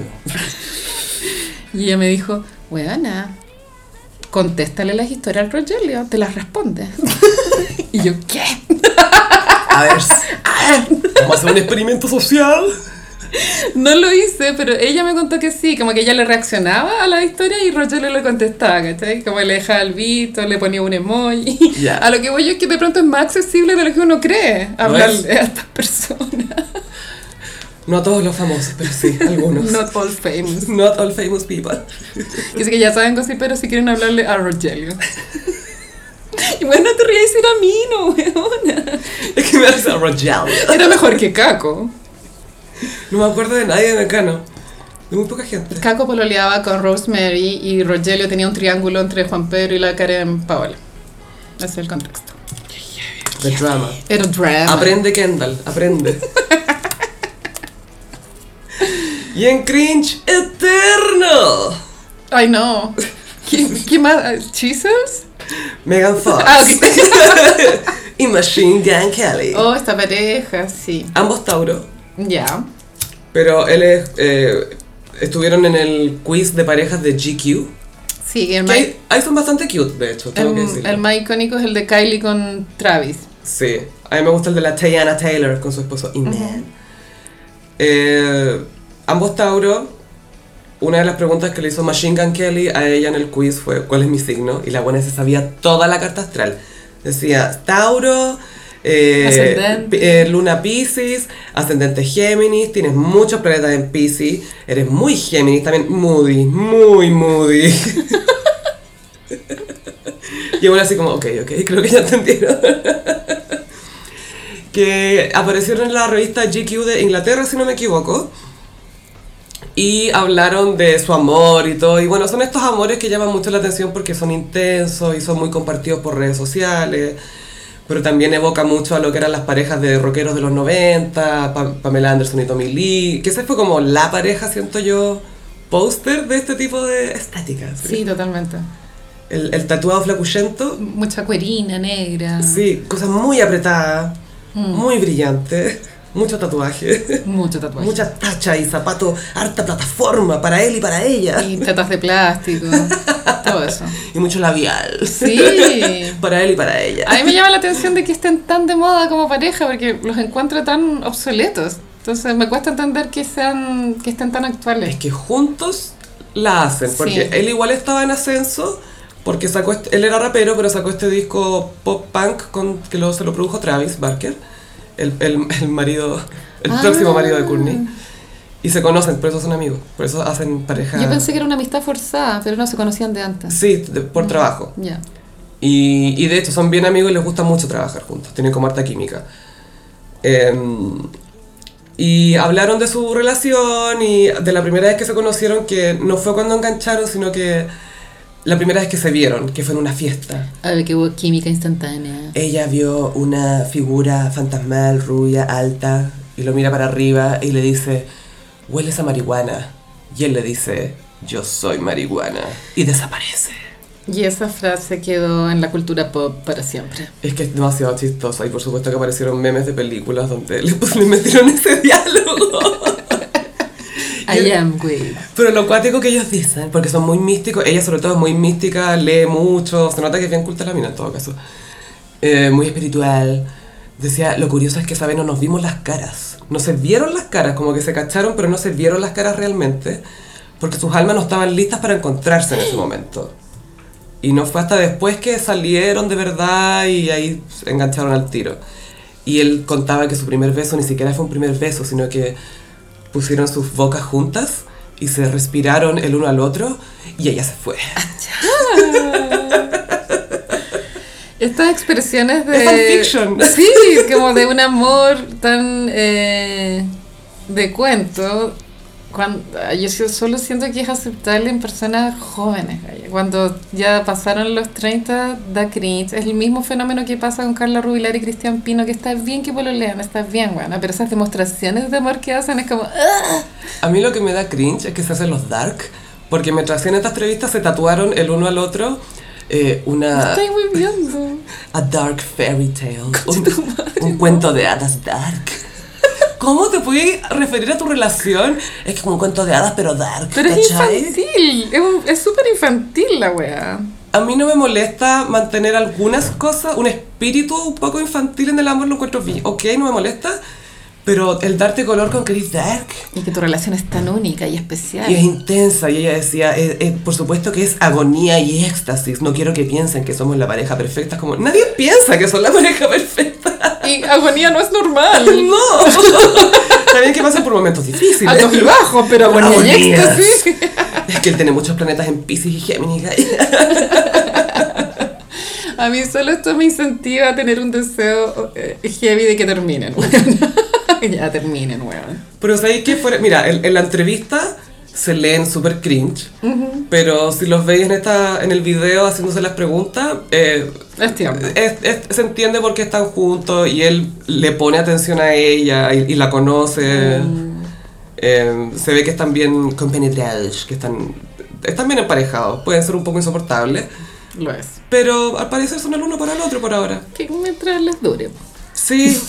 S2: Y ella me dijo, weana, contéstale las historias al Rogelio, te las responde. y yo, ¿qué?
S1: A ver, vamos a hacer un experimento social.
S2: No lo hice, pero ella me contó que sí, como que ella le reaccionaba a la historia y Rochelle le contestaba, ¿cachai? Como le dejaba el visto, le ponía un emoji.
S1: Ya.
S2: A lo que voy yo es que de pronto es más accesible de lo que uno cree hablarle
S1: es.
S2: a estas personas.
S1: No a todos los famosos, pero sí, algunos.
S2: Not all famous.
S1: Not all famous people.
S2: Y así que ya saben cosas, pero si quieren hablarle a Rogelio. Y bueno, te ríes era Mino, weona.
S1: Es que me hace a Rogelio.
S2: Era mejor que Caco.
S1: No me acuerdo de nadie de Mecano. De muy poca gente.
S2: Caco pololeaba con Rosemary y Rogelio tenía un triángulo entre Juan Pedro y la Karen Paola. Ese es el contexto.
S1: The drama.
S2: Era un drama.
S1: Aprende Kendall, aprende. y en cringe eterno.
S2: Ay, no. ¿Qué, qué más? ¿Chisels?
S1: Megan Fox.
S2: Ah, ok.
S1: y Machine Gun Kelly.
S2: Oh, esta pareja, sí.
S1: Ambos Tauro.
S2: Ya.
S1: Pero él es, eh, estuvieron en el quiz de parejas de
S2: Em,
S1: GQ.
S2: Sí,
S1: Que
S2: el, más,
S1: ahí- ahí son bastante cute, de hecho, tengo que
S2: el,
S1: decirlo.
S2: el más icónico es el de Kylie con Travis.
S1: Sí, a mí me gusta el de la Tiana Taylor con su esposo Iman. Eh, ambos Tauro, una de las preguntas que le hizo Machine Gun Kelly a ella en el quiz fue ¿cuál es mi signo? Y la buena se sabía toda la carta astral. Decía Tauro, eh,
S2: Ascendente.
S1: pi- eh, Luna Pisces, ascendente Géminis, tienes muchos planetas en Pisces, eres muy Géminis, también moody, muy moody. y bueno, así como, ok, ok, creo que ya entendieron. que aparecieron en la revista GQ de Inglaterra, si no me equivoco. Y hablaron de su amor y todo. Y bueno, son estos amores que llaman mucho la atención porque son intensos y son muy compartidos por redes sociales. Pero también evoca mucho a lo que eran las parejas de rockeros de los 90, Pa- Pamela Anderson y Tommy Lee. Que esa fue como la pareja, siento yo, póster de este tipo de estáticas.
S2: Sí, totalmente.
S1: El, el tatuado flacuchento.
S2: Mucha cuerina negra.
S1: Sí, cosas muy apretadas,
S2: Mm.
S1: muy brillante, mucho tatuaje,
S2: Mucho tatuaje.
S1: mucha tacha y zapato, harta plataforma para él y para ella.
S2: Y tetas de plástico. todo eso.
S1: Y mucho labial.
S2: Sí.
S1: Para él y para ella.
S2: A mí me llama la atención de que estén tan de moda como pareja porque los encuentro tan obsoletos. Entonces me cuesta entender que sean que estén tan
S1: Es
S2: actuales.
S1: que juntos la hacen, porque
S2: Sí.
S1: él igual estaba en ascenso, porque sacó este- él era rapero, pero sacó este disco pop punk con, que luego se lo produjo Travis Barker, el, el- el marido, el
S2: Ah.
S1: próximo marido de Courtney. Y se conocen, por eso son amigos, por eso hacen pareja.
S2: Yo pensé que era una amistad forzada, pero no se conocían de antes.
S1: Sí, de- por trabajo.
S2: Ya.
S1: Y, y de hecho, son bien amigos y les gusta mucho trabajar juntos. Tienen como harta química. Em, y hablaron de su relación y de la primera vez que se conocieron, que no fue cuando engancharon, sino que la primera vez que se vieron, que fue en una fiesta.
S2: A ver que hubo química instantánea.
S1: Ella vio una figura fantasmal, rubia, alta, y lo mira para arriba y le dice, hueles a marihuana. Y él le dice, yo soy marihuana. Y desaparece.
S2: Y esa frase quedó en la cultura pop para siempre.
S1: Es que es demasiado chistosa y por supuesto que aparecieron memes de películas donde le, pues, le metieron ese diálogo.
S2: I am with.
S1: Pero lo cuático que ellos dicen, porque son muy místicos, ella sobre todo es muy mística, lee mucho, se nota que es bien culta la mina en todo caso. Eh, muy espiritual. Decía, lo curioso es que, ¿saben? No nos vimos las caras. No se vieron las caras, como que se cacharon, pero no se vieron las caras realmente, porque sus almas no estaban listas para encontrarse en ese momento. Y no fue hasta después que salieron de verdad y ahí se engancharon al tiro. Y él contaba que su primer beso ni siquiera fue un primer beso, sino que pusieron sus bocas juntas y se respiraron el uno al otro y ella se fue.
S2: Estas expresiones de...
S1: Es fanfiction.
S2: Sí, como de un amor tan eh, de cuento. Cuando, yo sí- solo siento que es aceptable en personas jóvenes. gaya. Cuando ya pasaron los 30, da cringe. Es el mismo fenómeno que pasa con Carla Rubilar y Cristian Pino, que está bien que pololean, está bien, buena, pero esas demostraciones de amor que hacen es como... "Ah".
S1: A mí lo que me da cringe es que se hacen los dark, porque mientras hacían esta entrevista se tatuaron el uno al otro eh, una...
S2: Estoy muy viendo.
S1: A dark fairy tale. Un, un cuento de hadas dark. ¿Cómo te pude referir a tu relación? Es que como un cuento de hadas, pero dark.
S2: Pero es
S1: ¿cachai?
S2: infantil, es un- es súper infantil la wea.
S1: A mí no me molesta mantener algunas cosas, un espíritu un poco infantil en el amor, lo encuentro bien. Ok, no me molesta. Pero el darte color con Chris Dark
S2: Y que tu relación es tan única y especial.
S1: y es intensa. Y ella decía, eh, eh, por supuesto que es agonía y éxtasis. No quiero que piensen que somos la pareja perfecta. Es Como nadie piensa que son la pareja perfecta.
S2: Y agonía no es normal.
S1: No. También que pasan por momentos difíciles.
S2: Altos y bajos, pero agonía y
S1: Agonías.
S2: éxtasis.
S1: Es que él tiene muchos planetas en Pisces y Géminis.
S2: A mí solo esto me incentiva a tener un deseo eh, heavy de que terminen. weón. ya terminen, weón.
S1: Pero sabéis que fuera. Mira, en, en la entrevista se leen súper cringe. Pero si los veis en, esta, en el video haciéndose las preguntas, eh,
S2: Es tierno.
S1: es- es- se entiende por qué están juntos y él le pone atención a ella y, y la conoce. Eh, se ve que están bien compenetrados, que están, están bien emparejados. Pueden ser un poco insoportables.
S2: Lo es.
S1: Pero al parecer son el uno para el otro por ahora.
S2: Que mientras les dure.
S1: Sí,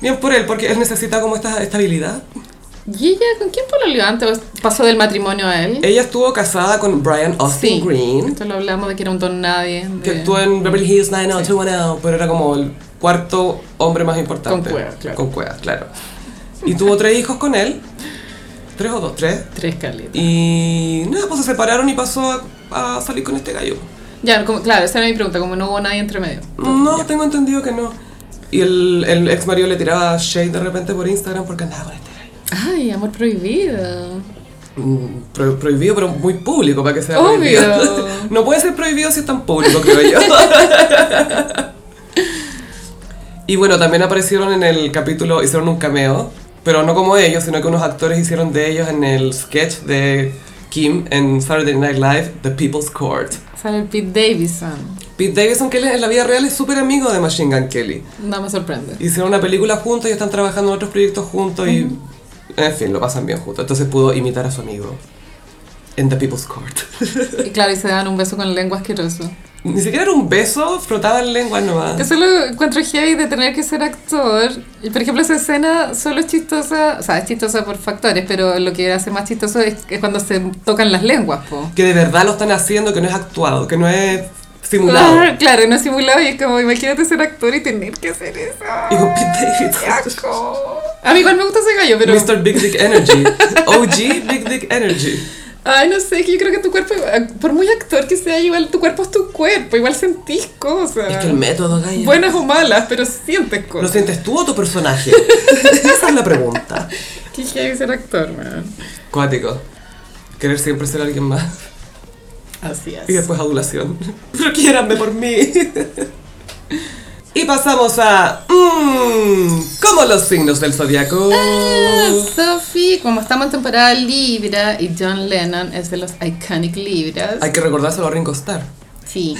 S1: bien por él, porque él necesita como esta estabilidad.
S2: ¿Y ella con quién pololeó antes? ¿Pasó del matrimonio a él?
S1: Ella estuvo casada con Brian Austin Green,
S2: Esto lo hablamos de que era un don nadie.
S1: que
S2: de-
S1: actuó en Beverly Hills 90210, pero era como el cuarto hombre más importante.
S2: Con cuevas, claro.
S1: Con cuevas, claro. Y tuvo tres hijos con él, tres o dos, tres.
S2: Tres caletas.
S1: Y nada, pues se separaron y pasó a, a salir con este gallo.
S2: Ya, como- claro, esa era mi pregunta, como no hubo nadie entre medio.
S1: No, tengo entendido que no. Y el, el ex marido le tiraba shade de repente por Instagram porque andaba con este gallo.
S2: Ay, amor prohibido.
S1: Mm, pro- prohibido, pero muy público para que sea
S2: Obvio.
S1: prohibido. No puede ser prohibido si es tan público, creo yo. y bueno, también aparecieron en el capítulo, hicieron un cameo, pero no como ellos, sino que unos actores hicieron de ellos en el sketch de Kim en Saturday Night Live, The People's Court.
S2: Sale el Pete Davidson.
S1: Pete Davidson, que él en la vida real es súper amigo de Machine Gun Kelly.
S2: No me sorprende.
S1: Hicieron una película juntos y están trabajando en otros proyectos juntos y... En fin, lo pasan bien juntos. Entonces pudo imitar a su amigo en The People's Court.
S2: Y claro, y se dan un beso con lengua asqueroso.
S1: Ni siquiera era un beso, frotaban lenguas nomás.
S2: Eso lo encuentro heavy de tener que ser actor. Y, Por ejemplo, esa escena solo es chistosa, o sea, es chistosa por factores, pero lo que hace más chistoso es, es cuando se tocan las lenguas, po.
S1: Que de verdad lo están haciendo, que no es actuado, que no es simulado.
S2: Ah, Claro, no es simulado y es como, imagínate ser actor y tener que hacer eso.
S1: Y con Pete Davidson.
S2: ¡Qué asco! A mí igual me gusta ese gallo, pero...
S1: Mr. Big Dick Energy. OG Big Dick Energy.
S2: Ay, no sé, que yo creo que tu cuerpo, por muy actor que sea, igual tu cuerpo es tu cuerpo, igual sentís cosas.
S1: Es que el método, gallo.
S2: Buenas o malas, pero sientes
S1: ¿Lo
S2: cosas.
S1: sientes tú o tu personaje? Esa es la pregunta.
S2: Qué heavy ser actor, man.
S1: Cuático. Querer siempre ser alguien más.
S2: Así es.
S1: Y después adulación. Pero quiéranme por mí. Y pasamos a... Mmm, ¿Cómo los signos del zodiaco?
S2: Ah, Sophie, como estamos en temporada Libra y John Lennon es de los iconic Libras.
S1: Hay que recordárselo a Ringo Starr.
S2: sí.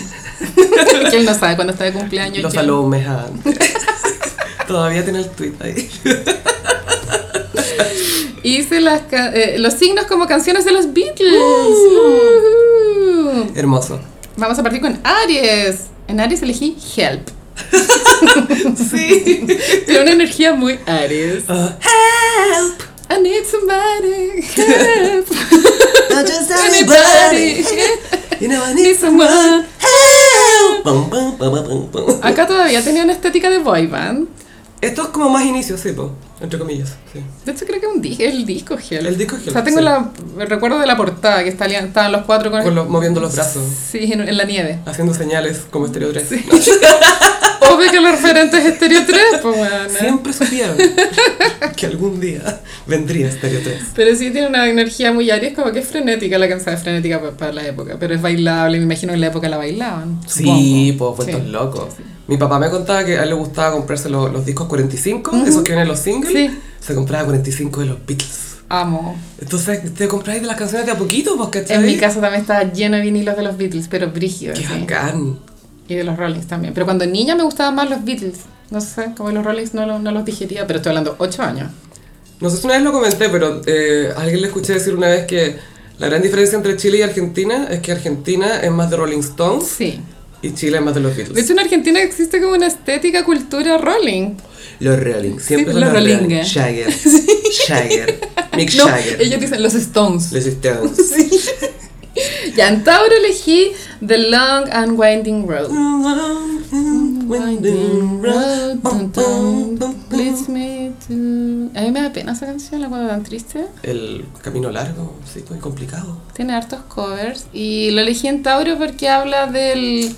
S2: que él no sabe cuándo está de cumpleaños.
S1: Los
S2: John.
S1: alomes antes. Todavía tiene el tweet ahí.
S2: Hice las ca- eh, los signos como canciones de los Beatles. Ujú.
S1: Hermoso.
S2: Vamos a partir con Aries. En Aries elegí Help.
S1: Sí.
S2: Tiene una energía muy Aries.
S1: Ah.
S2: I need somebody. Help.
S3: Not just
S2: Anybody.
S1: You know I
S2: Need
S1: need
S2: someone.
S1: help. Pum, pum, pum, pum, pum, pum.
S2: Acá todavía tenía una estética de boy band.
S1: Esto es como más inicio, sí, po, entre comillas. sí.
S2: De hecho creo que un di- el disco Help.
S1: El disco Help,
S2: O sea, tengo
S1: sí.
S2: la, el recuerdo de la portada que está- estaban los cuatro con,
S1: Con los- moviendo los brazos,
S2: Sí, en, en la nieve.
S1: haciendo señales como Stereo 3.
S2: Obvio que los referentes Stereo 3, pues weona.
S1: Siempre supieron que algún día vendría Stereo 3.
S2: Pero sí tiene una energía muy aries, como que es frenética la canción, es frenética pa- para, la época, pero es bailable, me imagino que en la época la bailaban.
S1: Sí,
S2: supongo.
S1: pues puestos
S2: Sí.
S1: locos. Mi papá me contaba que a él le gustaba comprarse lo- los discos 45, esos que vienen los singles.
S2: Sí.
S1: Se compraba 45 de los Beatles.
S2: Amo.
S1: Entonces te compráis de las canciones de a poquito, pues, ¿cachai?
S2: En mi casa también estaba lleno de vinilos de los Beatles, pero brígidos.
S1: Qué
S2: sí.
S1: bacán.
S2: Y de los Rollings también. Pero cuando niña me gustaban más los Beatles. No sé, como los Rollings no, lo- no los digería, pero estoy hablando 8 años.
S1: No sé si una vez lo comenté, pero eh, a alguien le escuché decir una vez que la gran diferencia entre Chile y Argentina es que Argentina es más de Rolling Stones
S2: Sí.
S1: y Chile es más de los Beatles.
S2: De hecho, en Argentina existe como una estética, cultura Rolling.
S1: Los Rolling, siempre son
S2: Sí, los
S1: los Rolling.
S2: Rolling.
S1: Jagger, Jagger, Mick
S2: No,
S1: Jagger,
S2: ellos dicen los Stones.
S1: los Stones.
S2: Ya, en Tauro elegí The Long and Winding Road. Winding road, dun, dun, dun, leads me to A mí me da pena esa canción, la cuando tan triste.
S1: El camino largo, sí, muy complicado.
S2: Tiene hartos covers. Y lo elegí en Tauro porque habla del.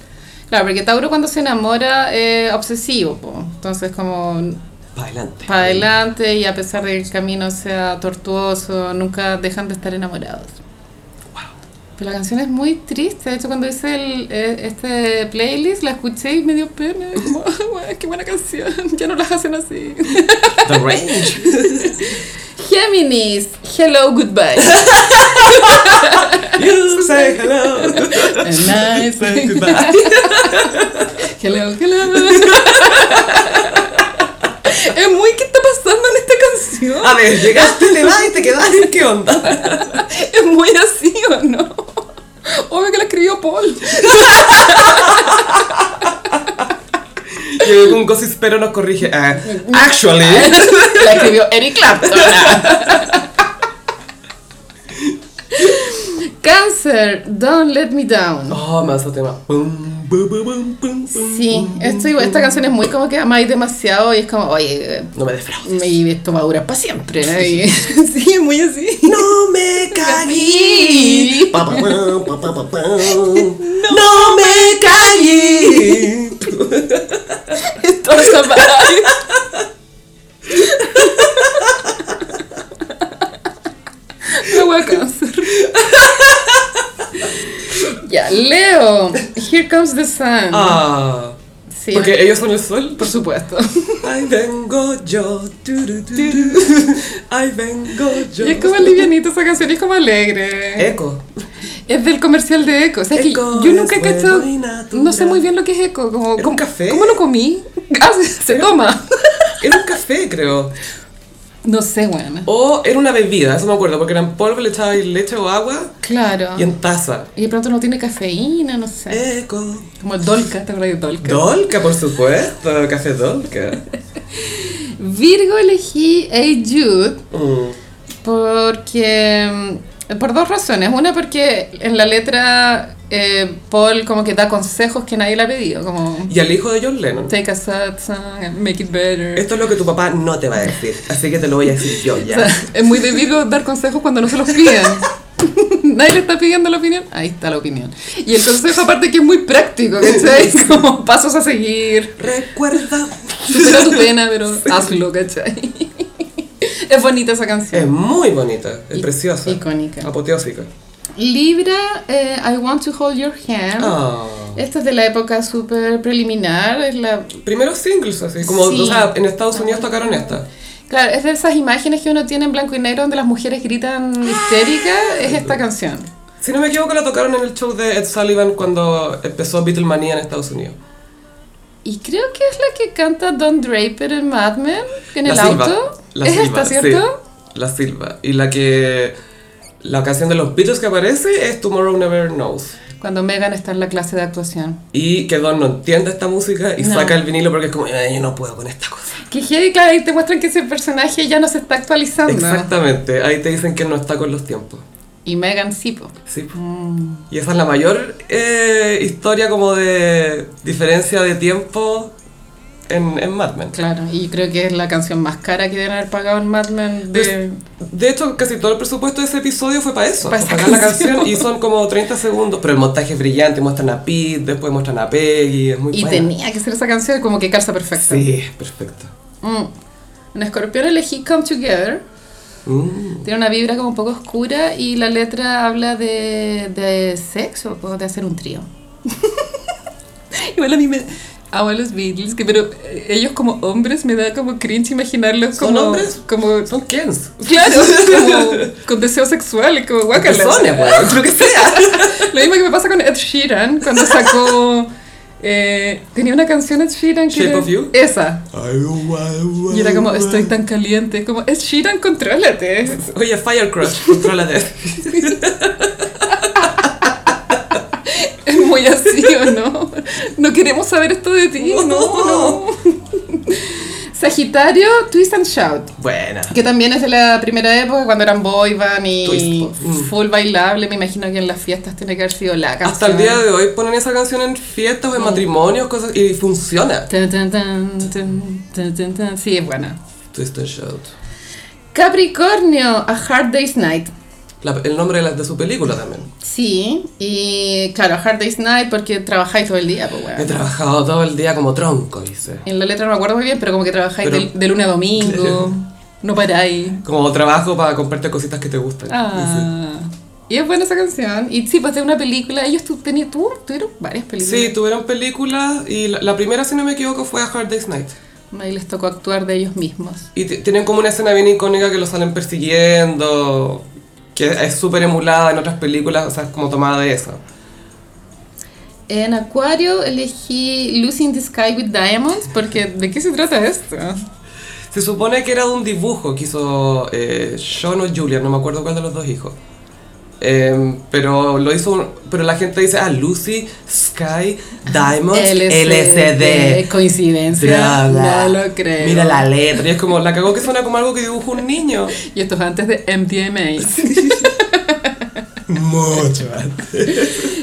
S2: Claro, porque Tauro cuando se enamora es obsesivo, po. entonces como
S1: Para adelante.
S2: para adelante y a pesar de que el camino sea tortuoso, nunca dejan de estar enamorados. Pero la canción es muy triste, de hecho cuando hice el, eh, este playlist la escuché y me dio pena, y como, "Ay, qué buena canción, ya no las hacen así.
S1: The Range.
S2: Géminis, hello, goodbye.
S1: You say hello.
S2: And I
S1: Say
S2: say
S1: goodbye.
S2: hello, hello. es muy, ¿qué está pasando en esta canción?
S1: A ver, llegaste, te vas y te quedas. ¿Qué onda?
S2: Es muy así, ¿o no? Obvio que la escribió Paul.
S1: Llegó con cosas, pero nos corrige. Ah, actually.
S2: La escribió Eric Clapton. Cáncer, don't let me down.
S1: Oh, me hace tema. Pum, bu, bu, bum, pum, pum,
S2: Sí,
S1: pum.
S2: esto, igual- esta canción es muy como que amáis demasiado y es como, oye,
S1: No me defraudes.
S2: y esto va a durar para siempre. ¿eh? Y- sí, es muy así.
S1: No me cagué. Pa, pa, pa, pa, pa, pa, pa. No me cagué.
S2: Entonces, va- Me voy a cáncer. Ya, Leo. Here comes the sun.
S1: Ah,
S2: sí,
S1: porque ellos son el sol.
S2: por supuesto.
S1: Ahí vengo yo. tu, tu, tu, tu. Ahí vengo yo. ¿Eh?
S2: Y es como livianita esa canción, y es como alegre.
S1: Eco.
S2: Es del comercial de Eco. O sea, es que
S1: Eco
S2: yo nunca he
S1: es bueno
S2: cachado.
S1: y natural.
S2: No sé muy bien lo que es Eco. Como,
S1: un
S2: como-
S1: café?
S2: ¿Cómo lo comí? Ah, se, se toma.
S1: Era un café, creo.
S2: No sé, bueno.
S1: O era una bebida, eso me acuerdo, porque era en polvo, le echabais leche o agua
S2: Claro.
S1: y en taza.
S2: Y de pronto no tiene cafeína, no sé.
S1: Eco.
S2: Como el Dolca, ¿te acuerdas de Dolca?
S1: Dolca, por supuesto, café Dolca.
S2: Virgo elegí A Jude
S1: Mm.
S2: porque. mm, Por dos razones. Una, porque en la letra eh, Paul como que da consejos que nadie le ha pedido. Como,
S1: Y al hijo de John Lennon.
S2: take a sad song and make it better.
S1: Esto es lo que tu papá no te va a decir, así que te lo voy a decir yo
S2: O
S1: ya.
S2: sea, es muy de Virgo dar consejos cuando no se los piden. Nadie le está pidiendo la opinión. Ahí está la opinión. Y el consejo, aparte, que es muy práctico, ¿cachai? Como pasos a seguir.
S1: Recuerda.
S2: Supera tu pena, pero hazlo, ¿cachai? Es bonita esa canción.
S1: Es muy bonita, es
S2: I-
S1: preciosa.
S2: icónica.
S1: Apoteósica.
S2: Libra, eh, I Want to Hold Your Hand.
S1: Ah.
S2: Esta es de la época súper preliminar. Es la,
S1: Primeros singles, así como,
S2: Sí. Ah.
S1: o sea, en Estados Unidos tocaron esta.
S2: claro, es de esas imágenes que uno tiene en blanco y negro donde las mujeres gritan histéricas.
S1: Ah,
S2: Es esta canción.
S1: Si no me equivoco, la tocaron en el show de Ed Sullivan cuando empezó Beatlemania en Estados Unidos.
S2: Y creo que es la que canta Don Draper en Mad Men, en el
S1: la Silva.
S2: auto.
S1: La
S2: es
S1: Silva,
S2: esta, ¿cierto?
S1: sí. La Silva. Y la que. La canción de los Beatles que aparece es Tomorrow Never Knows.
S2: Cuando Megan está en la clase de actuación.
S1: Y que Don no entiende esta música y
S2: No.
S1: saca el vinilo porque es como, "Eh, yo no puedo con esta cosa.
S2: Que heavy, claro, ahí te muestran que ese personaje ya no se está actualizando.
S1: Exactamente, ahí te dicen que no está con los tiempos.
S2: Y Megan Mm, Sipo.
S1: Sí. pues. po. Y esa es la mayor eh, historia como de diferencia de tiempo en, en Mad Men.
S2: Claro, y creo que es la canción más cara que deben haber pagado en Mad Men
S1: Pues,
S2: de...
S1: De hecho, casi todo el presupuesto de ese episodio fue para eso,
S2: Para
S1: para
S2: esa
S1: sacar la
S2: canción.
S1: canción y son como 30 segundos, pero el montaje es brillante, muestran a Pete, después muestran a Peggy, es muy
S2: Y
S1: buena.
S2: tenía que ser esa canción como que calza perfecta.
S1: Sí, perfecto.
S2: Mm. En Escorpión elegí Come Together.
S1: Mm.
S2: Tiene una vibra como un poco oscura y la letra habla de, de sexo o de hacer un trío. Igual a mí me... Amo a los Beatles, que, pero eh, ellos como hombres me da como cringe imaginarlos
S1: ¿Son
S2: como...
S1: hombres?
S2: Como,
S1: Son Kens.
S2: claro, como con deseo sexual, como guácala.
S1: Personas, weón, pues, lo que sea.
S2: Lo mismo que me pasa con Ed Sheeran cuando sacó. eh, tenía una canción Ed Sheeran que.
S1: Shape
S2: era-
S1: of You.
S2: Esa. Y era como, estoy tan caliente. Como, Ed Sheeran, contrólate.
S1: Oye, Fire Crush, contrólate.
S2: Es muy así, ¿o no? No queremos saber esto de ti. No, no. Sagitario, Twist and Shout.
S1: Buena.
S2: Que también es de la primera época cuando eran boy band y
S1: Twist, po. Mm.
S2: full bailable. Me imagino que en las fiestas tiene que haber sido la canción. Mm.
S1: Hasta el día de hoy ponen esa canción en fiestas, en matrimonios, cosas, y funciona.
S2: Tan, tan, tan, tan, tan, tan. Sí, es buena.
S1: Twist and Shout.
S2: Capricornio, A Hard Day's Night.
S1: La- el nombre de, la- de su película también.
S2: Sí, y claro, A Hard Day's Night porque trabajáis todo el día, pues
S1: He
S2: weón.
S1: trabajado todo el día como tronco, dice.
S2: En la letra no me acuerdo muy bien, pero como que trabajáis
S1: Pero-
S2: del- de, lunes a domingo, no paráis.
S1: Como trabajo para comprarte cositas que te gustan.
S2: Ah. Y es buena esa canción. Y sí, pues de una película, ellos tu, teni- tu- tuvieron varias películas.
S1: Sí, tuvieron películas y la, la primera, si no me equivoco, fue A Hard Day's Night.
S2: Ahí les tocó actuar de ellos mismos.
S1: Y t- tienen como una escena bien icónica que lo salen persiguiendo, que es súper emulada en otras películas, o sea, es como tomada de eso.
S2: En Acuario elegí Lucy in the Sky with Diamonds porque ¿de qué se trata esto?
S1: Se supone que era de un dibujo que hizo eh, Sean o Julian, no me acuerdo cuál de los dos hijos. Em, pero lo hizo, un- pero la gente dice, ah, Lucy, Sky, Diamonds, LCD.
S2: Coincidencia.
S1: Droga.
S2: No lo creo.
S1: Mira la letra. Y es como, la cagó que suena como algo que dibuja un niño.
S2: Y esto es antes de MDMA.
S1: Mucho.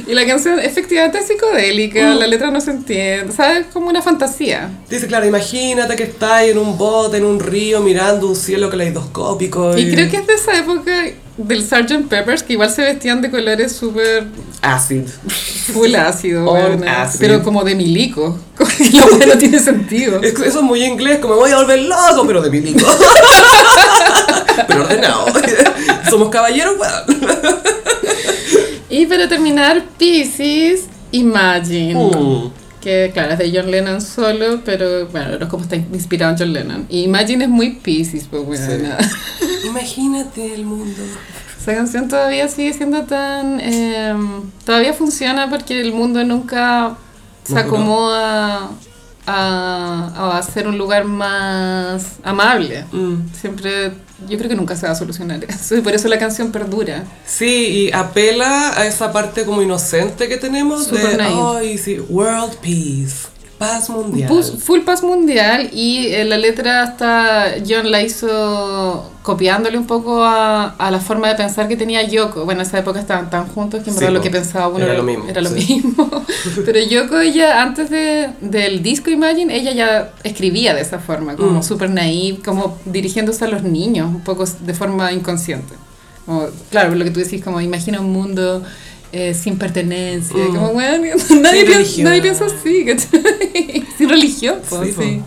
S2: Y la canción efectivamente es psicodélica,
S1: Uh.
S2: la letra no se entiende, ¿sabes? Como una fantasía.
S1: Dice, claro, imagínate que estás en un bote, en un río, mirando un cielo caleidoscópico.
S2: Y creo que es de esa época del Sgt. Peppers, que igual se vestían de colores súper
S1: Acid.
S2: full ácido,
S1: On
S2: weona,
S1: acid.
S2: pero como de milico. Como que la weá no tiene sentido.
S1: Es que Eso es muy inglés, como me voy a volver loco, pero de milico. pero ordenado. Somos caballeros, weón.
S2: Y para terminar, Pisces, Imagine.
S1: Mm.
S2: Que claro, es de John Lennon solo, pero bueno, no es como está inspirado en John Lennon. Y Imagine es muy Pisces, pues weona.
S1: Imagínate el mundo.
S2: Esa canción todavía sigue siendo tan... eh, todavía funciona porque el mundo nunca se
S1: Mejoró.
S2: acomoda a, a ser un lugar más amable.
S1: Mm.
S2: Siempre, yo creo que nunca se va a solucionar eso y por eso la canción perdura.
S1: Sí, y apela a esa parte como inocente que tenemos
S2: Super
S1: de,
S2: naive.
S1: ay, sí, world peace, paz mundial.
S2: Pus- full Paz Mundial y eh, la letra hasta John la hizo copiándole un poco a, a la forma de pensar que tenía Yoko. Bueno, en esa época estaban tan juntos que en
S1: Sí,
S2: verdad lo
S1: po.
S2: que pensaba uno
S1: Era lo mismo,
S2: era lo
S1: sí.
S2: mismo. Pero Yoko, ella antes de- del disco Imagine, ella ya escribía de esa forma, como
S1: Mm.
S2: súper naive, como dirigiéndose a los niños, un poco de forma inconsciente. Como, claro, lo que tú decís, como imagina un mundo... eh, sin pertenencia,
S1: Mm.
S2: como bueno, nadie,
S1: Sin
S2: piensa-
S1: religión.
S2: nadie piensa así, ¿cachai? Sin religión, po,
S1: Sí, po.
S2: sí.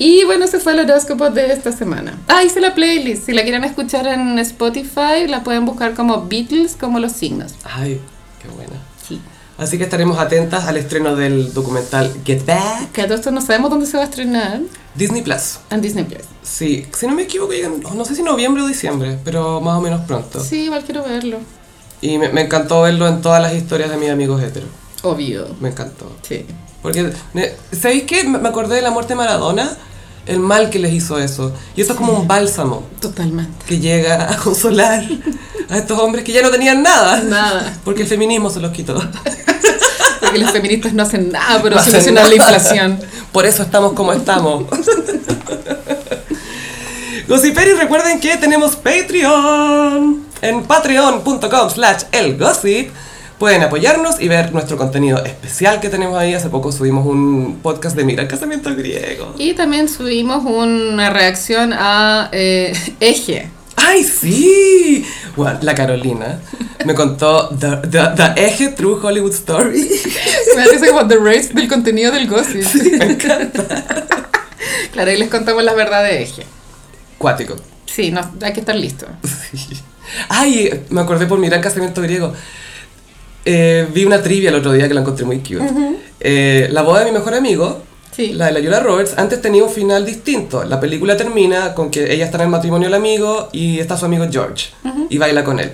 S2: Y bueno, ese fue el horóscopo de esta semana. Ah, hice la playlist. Si la quieren escuchar en Spotify, la pueden buscar como Beatles, como los signos.
S1: Ay, qué buena.
S2: Sí.
S1: Así que estaremos atentas al estreno del documental Get Back,
S2: Que a todo esto no sabemos dónde se va a estrenar
S1: Disney Plus.
S2: en Disney Plus.
S1: Sí, si no me equivoco, llega en- no sé si noviembre o diciembre, pero más o menos pronto.
S2: Sí, igual quiero verlo.
S1: Y me, me encantó verlo en todas las historias de mis amigos heteros.
S2: Obvio.
S1: Me encantó.
S2: Sí.
S1: Porque, ne- ¿sabéis qué? Me me acordé de la muerte de Maradona, el mal que les hizo eso. Y esto es como un bálsamo
S2: Totalmente.
S1: que llega a consolar a estos hombres que ya no tenían nada.
S2: Nada.
S1: Porque el feminismo se los quitó.
S2: Porque los feministas no hacen nada por
S1: No hacen
S2: solucionar la
S1: nada.
S2: inflación.
S1: Por eso estamos como estamos. Gossiperis, recuerden que tenemos Patreon. En patreon.com slash elgossip pueden apoyarnos y ver nuestro contenido especial que tenemos ahí. Hace poco subimos un podcast de Mira el casamiento griego.
S2: Y también subimos una reacción a eh, Eje.
S1: ¡Ay, sí! Bueno, la Carolina me contó the, the- the Eje True Hollywood Story.
S2: Me parece como The Race del contenido del gossip. me encanta. Claro, y les contamos las verdades de Eje.
S1: Cuático.
S2: Sí, no, hay que estar listo.
S1: Sí. Ay, me acordé por mirar Casamiento Griego. Eh, vi una trivia el otro día que la encontré muy cute. Eh, la boda de mi mejor amigo,
S2: Sí.
S1: la de la Yola Roberts, antes tenía un final distinto. La película termina con que ella está en el matrimonio del amigo y está su amigo George y baila con él.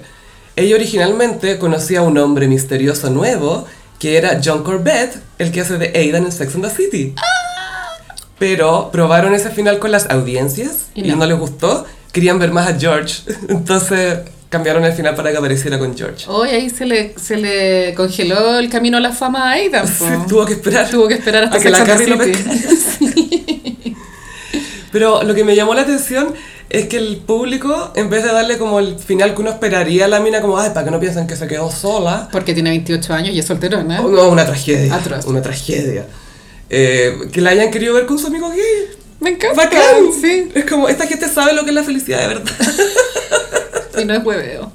S1: Ella originalmente conocía a un hombre misterioso nuevo que era John Corbett, el que hace de Aidan en Sex and the City. Pero probaron ese final con las audiencias
S2: Ah. Y
S1: y,
S2: no.
S1: no. les gustó. Querían ver más a George. Entonces cambiaron el final para que apareciera con George.
S2: Hoy ahí se le, se le congeló el camino a la fama a Aidan. po.
S1: Tuvo que esperar.
S2: Tuvo que esperar hasta
S1: a que la
S2: Sex and
S1: Carrie lo
S2: the
S1: pescara.
S2: City.
S1: Pero lo que me llamó la atención es que el público, en vez de darle como el final que uno esperaría a la mina, como, ay, para que no piensen que se quedó sola,
S2: Porque tiene 28 años y es solterona.
S1: Oh, o no, una tragedia.
S2: Atroz.
S1: Una tragedia. Eh, que la hayan querido ver con su amigo gay.
S2: Me encanta.
S1: ¡Bacán!
S2: Sí,
S1: Es como, esta gente sabe lo que es la felicidad de verdad.
S2: y no es hueveo.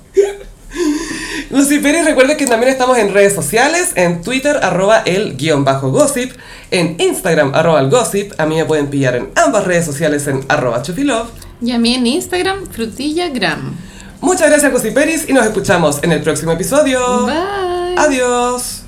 S1: Lucy Pérez, recuerda que también estamos en redes sociales, en Twitter, arroba el guión bajo gossip, en Instagram, arroba el gossip, a mí me pueden pillar en ambas redes sociales en arroba chufilove.
S2: Y a mí en Instagram, frutillagram.
S1: Oh. Muchas gracias Gossip Peris y nos escuchamos en el próximo episodio.
S2: Bye.
S1: Adiós.